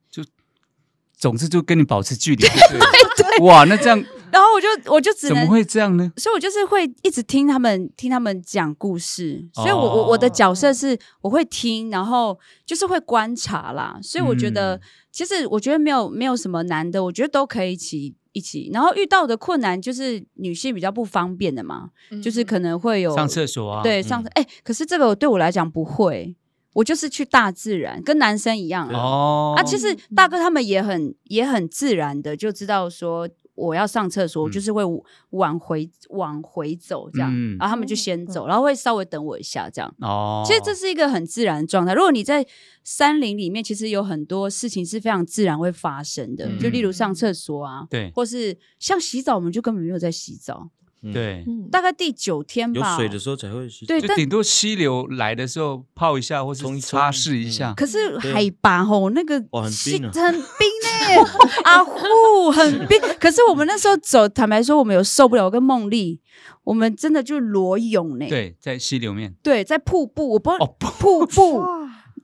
S1: 总之就跟你保持距离。对哇，那这样
S6: 然后我就我就只
S1: 怎么
S6: 能，
S1: 会这样呢？
S6: 所以我就是会一直听他们听他们讲故事，所以我
S1: 哦
S6: 我我的角色是我会听，然后就是会观察啦，所以我觉得、
S1: 嗯
S6: 其实我觉得没有没有什么难的，我觉得都可以一起。一起，然后遇到的困难就是女性比较不方便的嘛，
S5: 嗯
S6: 就是可能会有
S1: 上厕所啊，
S6: 对，上次哎、可是这个对我来讲不会，我就是去大自然，跟男生一样啊。
S1: 哦，
S6: 啊，其实大哥他们也很也很自然的就知道说我要上厕所，我
S1: 嗯
S6: 就是会往回往回走这样，
S1: 嗯
S6: 然后他们就先走，然后会稍微等我一下这样。
S1: 哦，
S6: 其实这是一个很自然的状态。如果你在山林里面，其实有很多事情是非常自然会发生的，
S1: 嗯
S6: 就例如上厕所啊，
S1: 对
S6: 或是像洗澡，我们就根本没有在洗澡，
S3: 嗯，
S1: 对，
S4: 嗯
S6: 大概第九天
S3: 有
S6: 吧。
S3: 水的时候才会洗
S6: 对
S1: 就
S6: 但
S1: 顶多溪流来的时候泡一下，或
S3: 冲
S1: 是
S3: 一冲嗯
S1: 擦拭一下。
S6: 可是
S3: 对啊
S6: 海拔吼，那个
S3: 哇很
S6: 是
S3: 冰啊
S6: 很冰哎、 阿呼很冰。可是我们那时候走，坦白说，我们有受不了。我跟梦丽，我们真的就裸泳呢、
S1: 对，在溪流面，
S6: 对在瀑布，我不知道、
S1: 哦
S6: 瀑布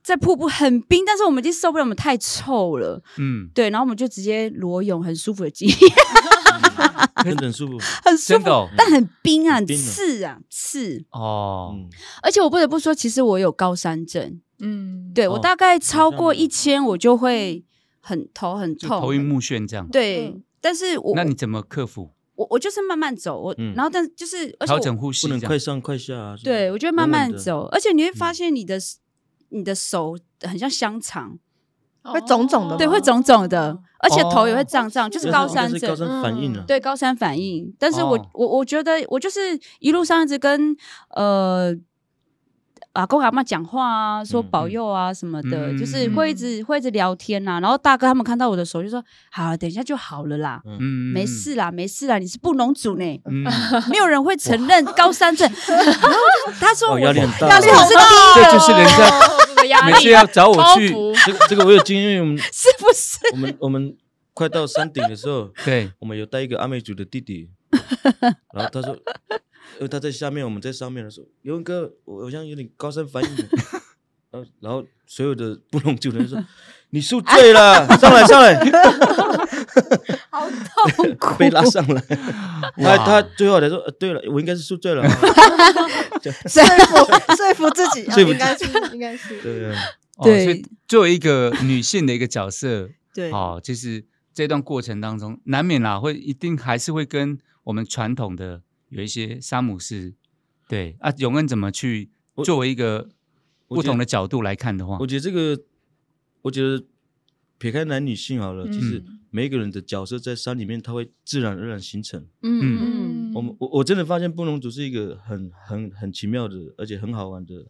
S6: 在瀑布很冰，但是我们已经受不了，我们太臭了。
S1: 嗯，
S6: 对，然后我们就直接裸泳，很舒服的经验，
S3: 真的很舒服，
S6: 很舒
S1: 真
S6: 服，
S1: 的哦
S6: 但很冰啊，
S3: 很
S6: 很
S3: 冰啊
S6: 刺啊，刺。
S1: 哦，
S3: 嗯，
S6: 而且我不得不说，其实我有高山症，
S5: 嗯，
S6: 对、
S3: 哦
S6: 我大概超
S3: 像
S6: 过
S3: 你
S6: 一千，我就会很头很
S1: 就
S6: 痛，啊
S1: 头晕目眩这样。
S6: 对，
S4: 嗯
S6: 但是我
S1: 那你怎么克服？
S6: 我我就是慢慢走，我、
S3: 嗯
S6: 然后但就是而且
S1: 调
S6: 我
S1: 整呼吸
S3: 不
S1: 这
S3: 能
S1: 样
S3: 快上快下啊，就是
S6: 对我就会慢慢
S3: 稳稳地，
S6: 走，而且你会发现你的、你的手很像香肠，
S4: 会肿
S5: 哦
S4: 肿的吗
S6: 对，会肿肿 的，而且头也会胀胀，就
S3: 就是
S6: 高山
S3: 是
S6: 症
S3: 高。山反应了、
S5: 嗯
S6: 对高山反应，但是我、
S1: 哦
S6: 我我觉得我就是一路上一直跟呃阿公阿妈讲话啊，说
S3: 嗯
S6: 保佑啊什么的，
S1: 嗯
S6: 就是会一直会一直聊天呐、啊。然后大哥他们看到我的手就说：“好了，等一下就好了啦，
S1: 嗯
S6: 没，事啦，没事啦，你是布农族呢，
S1: 嗯，
S6: 没有人会承认高山症。”然后他说
S3: 哦
S6: 我：“
S3: 压力很大
S6: 压力
S3: 好
S6: 很大，
S1: 这就是人家
S5: 的压
S1: 每
S5: 力
S1: 次要找我
S5: 包
S1: 去，
S5: 袱
S3: 这个这个我有经验，我们
S6: 是不是？
S3: 我们我们快到山顶的时候，
S1: 对，
S3: 我们有带一个阿美族的弟 弟，然后他说，因为他在下面，我们在上面的时候，刘文哥，我好像有点高山反 应了，然后然后所有的布隆族人说，你宿醉了，上来上来，
S6: 好痛苦。”
S3: 被拉上来，
S1: 哇
S3: 他他最后才说，呃对了，我应该是宿 醉了，
S4: 说服说服自己，啊
S3: 说服
S4: 应该是应该是，
S3: 对啊，
S1: 哦
S6: 对
S1: 所以作为一个女性的一个角色，
S4: 对
S1: 哦，就是这段过程当中，难免啦，会一定还是会跟我们传统的有一些沙姆士，对啊，永恩怎么去
S3: 我
S1: 作为一个
S3: 我
S1: 不
S3: 觉得
S1: 同的角度来看的话
S3: 我，觉得这个，我觉得撇开男女性好了，其实
S5: 嗯
S3: 每一个人的角色在山里面，他会自然而然形成。
S6: 嗯嗯，
S3: 我们我我真的发现布农族是一个很很很奇妙的，而且很好玩的。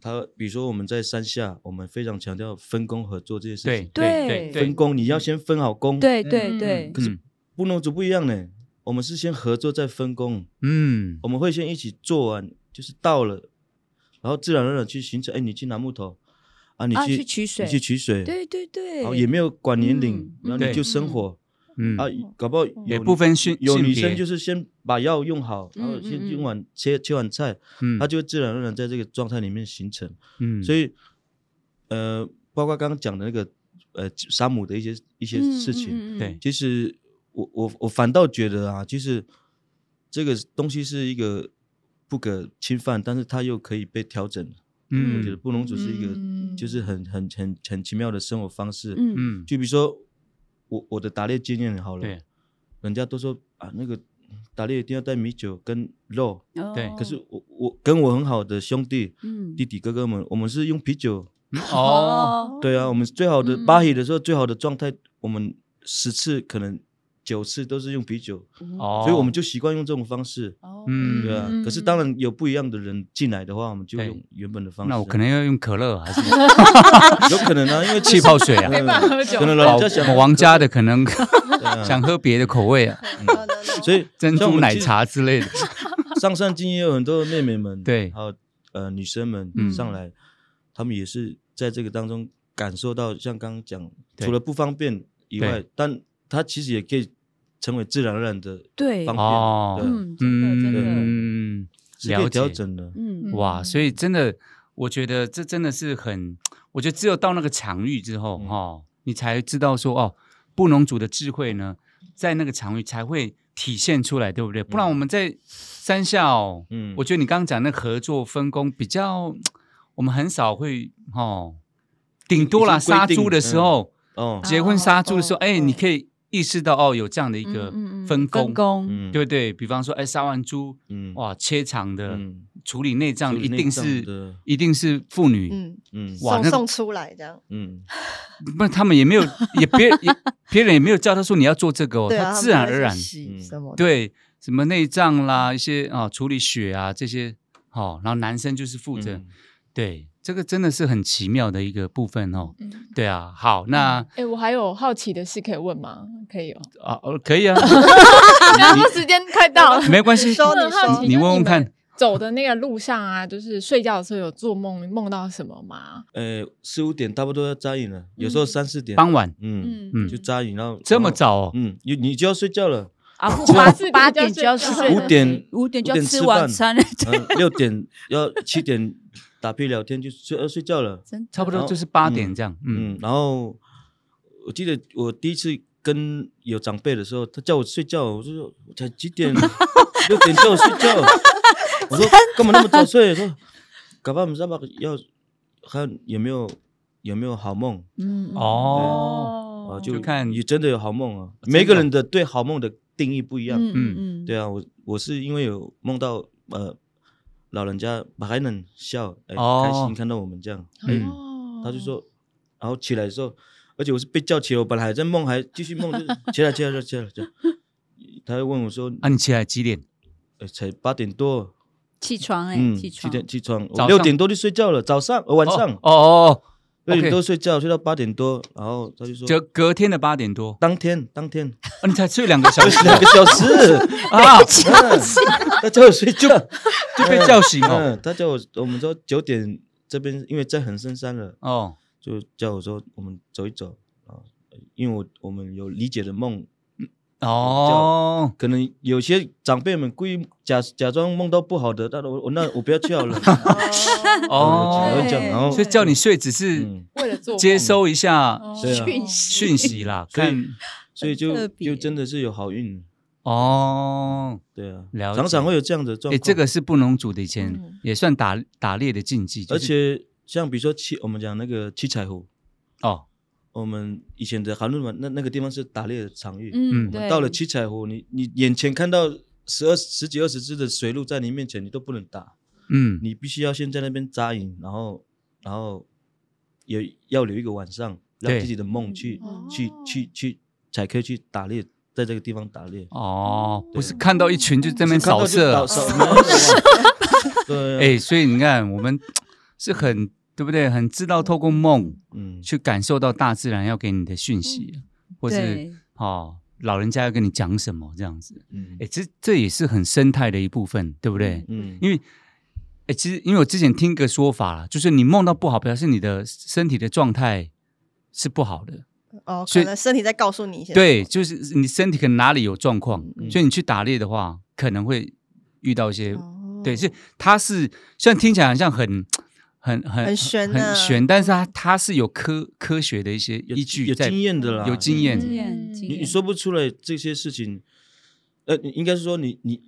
S3: 他比如说我们在山下，我们非常强调分工合作这件事
S1: 对嗯
S3: 情。
S1: 对
S6: 对
S1: 对
S3: 分，工你要先分好工。，
S6: 对对
S5: 嗯
S6: 对，
S3: 可是布农族不一样呢，我们是先合作再分工，
S1: 嗯
S3: 我们会先一起做完，就是到了，然后自然而然去形成。哎，你去拿木头，啊，你
S6: 啊
S3: 去
S6: 去取水
S3: 你去取水，
S6: 对对对，
S3: 然后也没有管年龄
S6: 嗯，
S3: 然后你
S1: 对
S3: 就生火
S1: 嗯
S3: 啊
S1: 嗯，，
S3: 搞不好
S1: 也
S3: 有
S1: 不分性
S3: 有
S1: 性
S3: 女
S1: 别
S3: 生就是先把药用好，然后
S6: 嗯
S3: 先
S6: 嗯
S3: 用
S6: 嗯
S3: 完切切完菜，
S1: 嗯
S3: 它就会自然而然在这个状态里面形成。
S1: 嗯，
S3: 啊所
S1: 以
S3: 以，呃，包括刚刚讲的那个呃沙姆的一些一些
S6: 嗯
S3: 事情，
S6: 嗯嗯嗯
S1: 对
S3: 其实我我我反倒觉得啊，就是这个东西是一个不可侵犯，但是它又可以被调整。我觉得
S1: 嗯
S3: 布农族是一个
S5: 嗯
S3: 就是很很很很奇妙的生活方式。
S6: 嗯
S1: 嗯
S3: 就比如说我我的打猎经验好了，
S1: 对
S3: 人家都说啊，那个打猎一定要带米酒跟肉。
S1: 对
S6: 哦
S3: 可是我我跟我很好的兄弟、
S6: 嗯
S3: 弟弟哥哥们，我们是用啤酒。
S1: 哦，
S3: 对啊，我们最好的
S5: 嗯
S3: 巴黎的时候，最好的状态，我们十次可能九次都是用啤酒，
S1: 哦，
S3: 所以我们就习惯用这种方式。
S6: 哦
S1: 嗯
S3: 对啊，可是当然有不一样的人进来的话，我们就
S1: 对
S3: 用原本的方式。
S1: 那我可能要用可乐还 是
S3: 有可能啊，因为
S1: 气泡水 啊
S3: 可能
S5: 没办法喝酒
S3: 可能
S1: 老
S3: 人家想
S1: 我王家的可能
S3: 对啊
S1: 想喝别的口味啊，
S4: No, no, no
S3: 所以
S1: 珍
S3: 像我
S1: 珠
S3: 们
S1: 奶
S3: 其实
S1: 茶之类的，
S3: 上上经也有很多妹妹们，
S1: 对
S3: 还有呃女生们
S1: 嗯
S3: 上来，她们也是在这个当中感受到，像刚刚讲，
S1: 对
S3: 除了不方便以外，但她其实也可以成为自然而然的
S6: 对
S3: 方，
S1: 哦
S3: 便，对，
S6: 嗯，真的真的，
S1: 嗯，
S3: 是可
S1: 了
S3: 以调
S1: 解，
S3: 整的。
S6: 嗯
S1: 哇，所以真的，我觉得这真的是很，我觉得只有到那个场域之后，
S3: 嗯
S1: 哦，你才知道说，哦，布农族的智慧呢，在那个场域才会体现出来，对不对？不然我们在山下哦，
S3: 嗯，
S1: 我觉得你刚刚讲那合作分工比较，我们很少会哦，顶多啦
S3: 已经规
S1: 杀
S3: 定
S1: 猪的时候，
S3: 哦，
S1: 结婚杀猪的时候，
S6: 哦
S1: 哎，
S6: 哦
S1: 你可以意识到哦，有这样的一
S6: 一
S1: 个分
S6: 嗯分
S1: 工，
S6: 工，
S3: 嗯，
S1: 对不对？比方说，哎，杀完猪，
S3: 嗯，
S1: 哇，切肠的。
S3: 嗯，
S1: 处理内脏
S3: 处理
S1: 一定
S3: 内脏
S1: 是
S3: 的
S1: 一定是妇女，
S4: 嗯，
S3: 嗯
S1: 哇
S4: 送
S1: 那个
S4: 送出来这样，
S3: 嗯，
S1: 不，他们也没有也别也别人也没有叫他说你要做这个哦，
S4: 对啊，
S1: 他
S4: 们
S1: 自然
S4: 会
S1: 而然嗯
S4: 去洗什么的，
S1: 对什么内脏啦一些啊、处理血啊这些哦，然后男生就是负责、
S3: 嗯
S1: 对这个真的是很奇妙的一个部分哦，
S5: 嗯
S1: 对啊，好那
S5: 哎、我还有好奇的事可以问吗？可以哦，
S1: 啊、哦可以啊，
S5: 然后时间快到了，
S1: 没关系
S4: 你，说你
S5: 好奇
S4: 说
S1: 你问问
S5: 就是
S1: 看
S5: 们走的那个路上啊，就是睡觉的时候有做梦，梦到什么吗？
S3: 呃，四五点差不多要扎营了，有时候
S5: 嗯
S3: 三四点，
S1: 傍晚
S3: 嗯，
S1: 嗯
S3: 就扎营，然后
S1: 这么
S3: 然后
S1: 早哦，
S3: 嗯，你你就要睡觉了，
S6: 啊，
S5: 八
S6: 八
S5: 四点
S6: 八
S5: 就要
S6: 点就要
S5: 睡
S6: 睡了，
S5: 觉
S3: 五点
S6: 五点就
S3: 五
S6: 要
S3: 点吃
S6: 吃晚
S3: 饭
S6: 餐，
S3: 嗯，六点要七点打屁聊天就睡呃要睡觉了。
S6: 真的
S1: 差不
S3: 然
S1: 多
S3: 后
S1: 就是八
S3: 嗯
S1: 点这样，嗯
S3: 嗯，然后我记得我第一次跟有长辈的时候，他叫我睡觉，我就说才几点，六点叫我睡觉，我说干嘛那么早睡？说搞不好我们知道吧？要看有没有有没有好梦
S6: 嗯嗯
S1: 哦，
S3: 啊？
S1: 就看
S3: 你真的有好梦啊！
S1: 真的
S3: 每个人的对好梦的定义不一样。
S6: 嗯嗯嗯，
S3: 对啊，我我是因为有梦到呃老人家还能笑，哎、
S1: 哦
S6: 哦
S3: 开心看到我们这样，哎、
S1: 嗯
S5: 哦
S3: 他就说然后起来的时候，而且我是被叫起来，我本来还在梦，还继续梦，就是 起来起来起来起来起来。他就问我说
S1: 啊，你起来几点？：“
S3: 呃才八点多，
S6: 起床哎、
S3: 嗯，
S6: 起
S3: 七
S6: 床，
S3: 点起床，
S1: 早上
S3: 我六点多就睡觉了，早上呃晚上
S1: 哦哦哦，
S3: 六点
S1: OK
S3: 多睡觉，睡到八点多，然后他就说
S1: 就隔天的八点多，
S3: 当天 当天
S1: 啊，你才睡两个小 时
S3: 两个小时，
S1: 啊，
S3: 嗯他叫我睡觉，
S1: 就被叫醒哦。
S3: 嗯，他叫我我们说九点这边因为在恒生山了，
S1: 哦，
S3: 啊就叫我说我们走一走啊，呃因为我我们有理解的梦，
S1: 哦，
S3: 可能有些长辈们故意假假装梦到不好的，但我我那我不要去 好了，
S1: 哦
S3: 我讲然后
S1: 所以叫你睡只是
S3: 嗯，
S5: 为了做梦
S1: 接收一下
S5: 哦
S3: 对啊
S6: 讯息
S1: 讯息啦，
S3: 所以
S1: 看
S3: 所以
S6: 特
S3: 就
S6: 别
S3: 就真的是有好运，
S1: 哦，
S3: 对啊，
S1: 了解
S3: 常常会有这样的状
S1: 哎，
S3: 况，
S1: 这个是布农族的以前
S5: 嗯
S1: 也算打打猎的禁忌，就
S3: 而
S1: 是
S3: 且像比如说七，我们讲那个七彩湖，
S1: 哦，
S3: 我们以前的韩论嘛，那那个地方是打猎的场域，
S1: 嗯
S6: 嗯，
S1: 我
S6: 对，
S3: 到了七彩湖，你你眼前看到十二十几二十只的水鹿在你面前，你都不能打，
S1: 嗯，
S3: 你必须要先在那边扎营，然后然后也要留一个晚上，
S1: 对
S3: 让自己的梦去
S5: 哦
S3: 去去去才可以去打猎，在这个地方打猎。
S1: 哦，不是看到一群就在那边
S3: 看到
S1: 扫
S3: 就
S1: 射啊
S3: 扫，射，没有什么 对啊，
S1: 哎，所以你看我们是很对不对？很知道透过梦
S3: 嗯，
S1: 去感受到大自然要给你的讯息，或是
S6: 对
S1: 哦老人家要跟你讲什么这样子。
S3: 嗯
S1: 哎，这这也是很生态的一部分，对不对？
S3: 嗯
S1: 因为，哎，其实因为我之前听个说法啦，就是你梦到不好，表示你的身体的状态是不好的。
S4: 哦，
S1: 所
S4: 可
S1: 以
S4: 能身体在告诉你一些什么。
S1: 对，就是你身体可能哪里有状况，
S3: 嗯
S1: 所以你去打猎的话，可能会遇到一些。
S4: 哦，
S1: 对，是它是虽然听起来好像很。很很
S4: 很玄啊
S1: 很玄，但是它它是有科科学的一些
S3: 有
S1: 依据
S3: 有
S1: 在，
S3: 经验的啦，
S1: 有经验
S6: 经验
S3: 你
S6: 经验
S3: 你说不出来这些事情，呃，你应该是说你你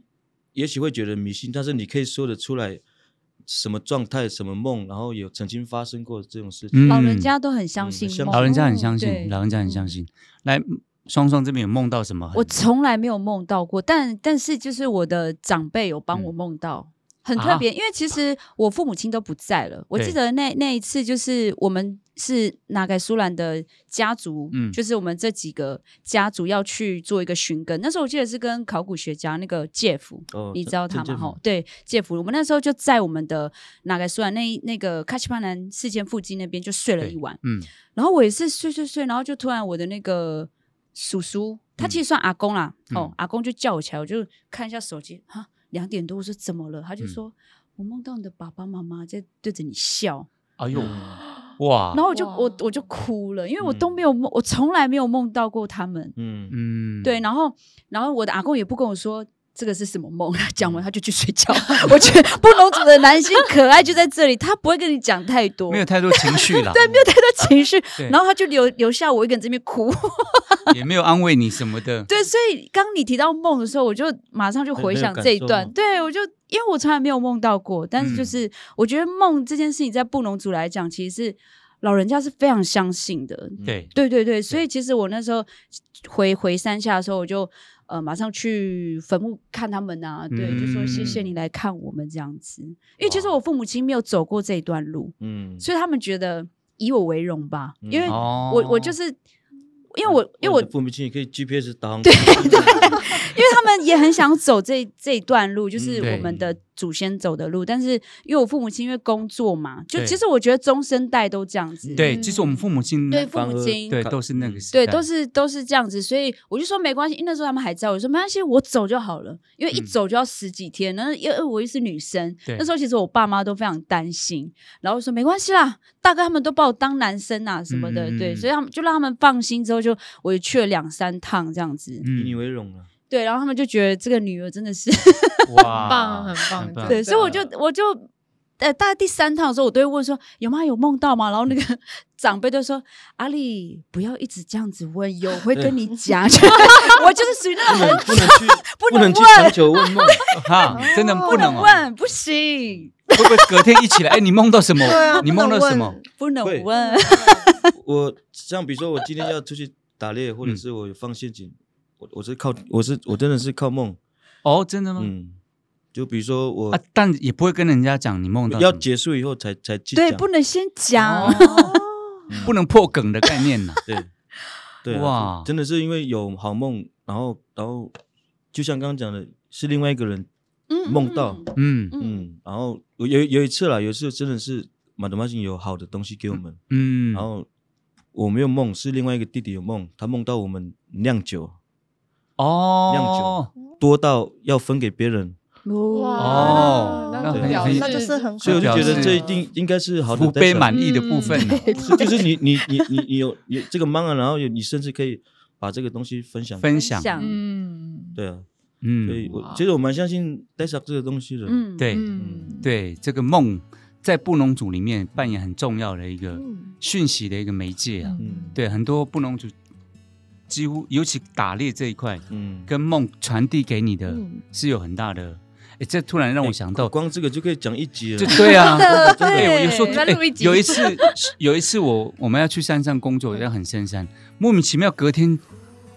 S3: 也许会觉得迷信，但是你可以说得出来什么状态、什么梦，然后有曾经发生过这种事情。
S1: 嗯
S6: 老人家都很相
S3: 嗯
S6: 信
S3: 相
S6: 梦，
S1: 老人家很
S6: 哦
S1: 相信，老人家很相。
S6: 对嗯
S1: 信。来，双双这边有梦到什么很？
S6: 我从来没有梦到过，但但是就是我的长辈有
S1: 嗯
S6: 帮我梦到。很特别，因为其实我父母亲都不在了。我
S1: 啊对
S6: 记得那那一次，就是我们是拿盖苏兰的家族，
S1: 嗯
S6: 就是我们这几个家族要去做一个寻根。那时候我记得是跟考古学家那个介夫，
S3: 哦
S6: 你知道他
S3: 这
S6: 吗？吼，对，介夫，我们那时候就在我们的拿盖苏兰那一那个喀奇帕南事件附近那边就睡了
S1: 对
S6: 一晚。
S1: 嗯
S6: 然后我也是睡睡睡，然后就突然我的那个叔叔，他其实算阿公啦，
S1: 嗯
S6: 哦，阿公就叫我起来，我就看一下手机，哈，两点多，我说怎么了？他就
S1: 嗯
S6: 说。我梦到你的爸爸妈妈在对着你笑，
S1: 哎呦，
S3: 嗯
S1: 哇，
S6: 然后我就
S5: 哇
S6: 我我就哭了，因为我都
S3: 嗯
S6: 没有梦，我从来没有梦到过他们。
S3: 嗯，
S1: 嗯，
S6: 对，然后然后我的阿公也不跟我说这个是什么梦，他
S1: 嗯
S6: 讲完他就去睡觉。 我觉得布农族的男性可爱就在这里，他不会跟你讲太多，
S1: 没有太多情绪啦，
S6: 对，没有太多情绪，
S1: 对
S6: 然后他就留留下我一个人这边哭。
S1: 也没有安慰你什么的。
S6: 对，所以刚你提到梦的时候，我就马上就回想这一
S3: 嗯很有感
S6: 段
S3: 受。嗯
S6: 对，我就因为我从来没有梦到过，但是就是、我觉得梦这件事情在布农族来讲，其实是老人家是非常相信的。
S1: 对，
S6: 对对对，所以其实我那时候回回山下的时候，我就呃马上去坟墓看他们啊，对，就说谢谢
S1: 嗯
S6: 你来看我们这样子。因为其实我父母亲没有走过这一段路，
S3: 嗯，
S6: 所以他们觉得以我为荣吧，
S3: 嗯
S6: 因为我、
S1: 哦，
S6: 我就是因为我因为我
S3: 的父母亲也可以 GPS 导航，对对，
S6: 因为他们也很想走这 这一段路，就是
S1: 嗯对
S6: 我们的祖先走的路。但是因为我父母亲因为工作嘛，就
S1: 对
S6: 其实我觉得中生代都这样子，
S1: 对，其实我们父母亲
S6: 嗯对父
S3: 反
S6: 母
S3: 而
S6: 亲
S1: 对都是那个时代
S6: 对都是都是这样子，所以我就说没关系，因为那时候他们还在，我说没关系，我走就好了，因为一
S1: 嗯
S6: 走就要十几天，然后因为我又是女生
S1: 对，
S6: 那时候其实我爸妈都非常担心，然后我说没关系啦，大哥他们都把我当男生啊什么的，
S1: 嗯嗯
S6: 对，
S1: 嗯
S6: 所以他们就让他们放心，之后就我也去了两三趟这样子，
S1: 嗯
S3: 引以为荣啊了。
S6: 对，然后他们就觉得这个女儿真的是。
S1: 哇，
S5: 棒很棒
S1: 棒
S6: 对，
S5: 对
S6: 所以我就
S5: 对
S6: 我就呃，大概第三趟的时候，我都会问说有吗？有梦到吗？然后那个 长辈就说：“阿丽，不要一直这样子问，有会跟你讲。” 我就是属于那
S3: 不
S6: 种
S3: 能
S6: 很
S3: 不能去
S6: 不
S3: 不能
S6: 能
S3: 去
S6: 问
S3: 长。久问 梦，
S1: 哈，真的
S6: 不
S1: 不
S6: 能
S1: 能哦，
S6: 问，不行，
S1: 会不会隔天一起来？哎， 你梦到什么
S4: 对啊，？
S1: 你
S4: 不
S1: 梦到
S4: 能
S1: 什
S4: 问
S1: 么？？
S6: 不能
S3: 会
S6: 问。
S3: 我像比如说，我今天要出去打猎，或者是我有放陷阱，我我是靠我是我真的是靠梦，
S1: 哦，真的吗？
S3: 嗯，就比如说我
S6: 哦
S1: 啊，但也不会跟人家讲你梦到
S3: 要
S1: 什么
S3: 结束以后才才去
S6: 对，
S3: 讲
S6: 不能先讲。
S1: 哦不能破梗的概 念呢、
S3: 对， 对啊、
S1: 哇
S3: 就真的是因为有好梦，然后然后就像刚刚讲的，是另外一个人
S6: 嗯
S3: 梦到，
S1: 嗯
S6: 嗯
S3: 嗯，然后有有有一次啦，有一次真的是马德马星有好的东西给我们，
S1: 嗯，
S3: 然后我没有梦，是另外一个弟弟有梦，他梦到我们酿酒
S1: 哦，
S3: 多到要分给别人，
S6: 嗯，
S5: 哇，
S1: 哦
S5: 那
S1: 那
S5: 就
S3: 很
S5: 表
S1: 很
S5: 示
S4: 那就是很好，
S3: 所以我就觉得这一定
S4: 嗯
S3: 应该是好的
S1: 哦福杯
S3: data
S1: 满意的部分呢、啊
S3: 是就是你你你你你有有这个 man 啊，然后有你甚至可以把这个东西分享，
S1: 分享，
S5: 嗯
S3: 对啊，所以
S1: 嗯，
S3: 我其实我蛮相信 d e s a 这个东西的，
S6: 嗯，
S1: 对
S5: 嗯，
S1: 对，这个梦在布农族里面扮演很重要的一个
S4: 嗯
S1: 讯息的一个媒介啊。
S3: 嗯
S1: 对，很多布农族几乎尤其打猎这一块，
S3: 嗯，
S1: 跟梦传递给你的
S4: 嗯
S1: 是有很大的。哎，这突然让我想到，
S3: 光这个就可以讲一集了
S1: 就，对 啊，
S6: 真的
S1: 对，我有时候
S6: 对
S1: 哎
S6: 再录一集
S1: 有一次， 有一次我我们要去山上工作，要很深山，莫名其妙隔天，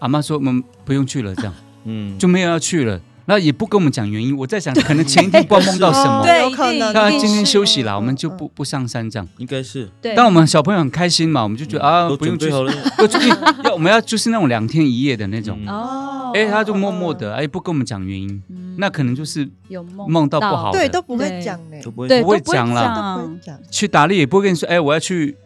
S1: 阿妈说我们不用去了，这样
S3: 嗯，
S1: 就没有要去了，然后也不跟我们讲原因。我在想，可能前一天不知道梦到什么，
S6: 对
S4: 有可能
S1: 那
S6: 一定
S1: 今天
S6: 是
S1: 休息啦，我们就。
S4: 嗯嗯
S1: 不不上山这样。
S3: 应该是嗯
S6: 对，哦
S1: 但我们小朋友很开心嘛，我们就觉得啊，
S3: 都
S1: 不用
S3: 准
S1: 去
S3: 备，好了，
S1: 要去要我们要就是那种两天一夜的那种。
S3: 嗯
S6: 哦，
S1: 哎，他就默默的，哎，不跟我们讲原因，
S6: 嗯
S1: 那可能就是
S6: 有梦
S1: 梦到不好的
S4: 对，都不会
S6: 对
S4: 讲呢，
S3: 都
S4: 都
S3: 不会
S6: 对
S1: 不会
S6: 都不会
S1: 讲啦
S4: 不会
S6: 讲
S4: 讲。
S1: 去打猎也不会跟你说，哎，我要去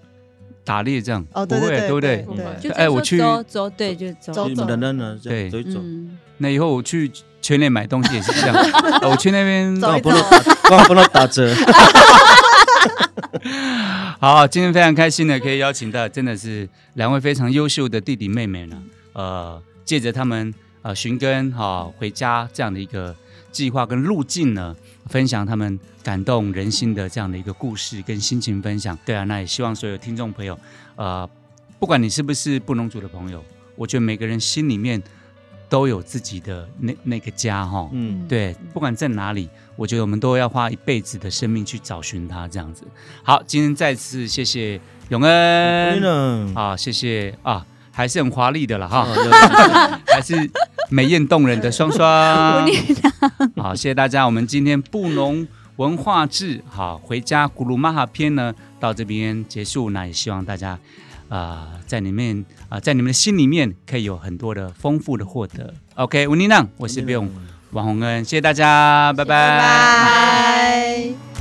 S1: 打猎这样，
S4: 哦，
S1: 不
S4: 对
S1: 会，
S4: 对
S1: 不对
S4: 对？
S3: 对
S6: 就
S1: 哎我去
S6: 只说走走，对，就走
S4: 走
S3: 就是
S4: 走
S3: 冷冷的这样走
S1: 对
S3: 一走，
S6: 嗯，
S1: 那以后我去全联买东西也是这样，呃我去那边
S4: 走
S3: 刚好
S4: 一走
S3: 碰到打，刚好碰到打折，
S1: 好，今天非常开心的可以邀请到，真的是两位非常优秀的弟弟妹妹呢。呃，借着他们呃寻根哈、回家这样的一个计划跟路径呢，分享他们感动人心的这样的一个故事跟心情分享。对啊，那也希望所有听众朋友，呃，不管你是不是布农族的朋友，我觉得每个人心里面都有自己的那那个家哈、
S3: 嗯，
S1: 对，不管在哪里，我觉得我们都要花一辈子的生命去找寻它，这样子。好，今天再次谢谢永
S3: 真
S1: 恩，
S3: 嗯的
S1: 啊，谢谢啊，还是很华丽的了哈，
S3: 啊，
S1: 还是美艳动人的双双。好，谢谢大家，我们今天布农文化志好回家古鲁玛哈篇呢到这边结束，那也希望大家。啊、在里面啊、在你们的心里面可以有很多的丰富的获得。OK，吴妮娜，我是 b i 王洪恩，谢谢大家，拜拜。
S4: 拜。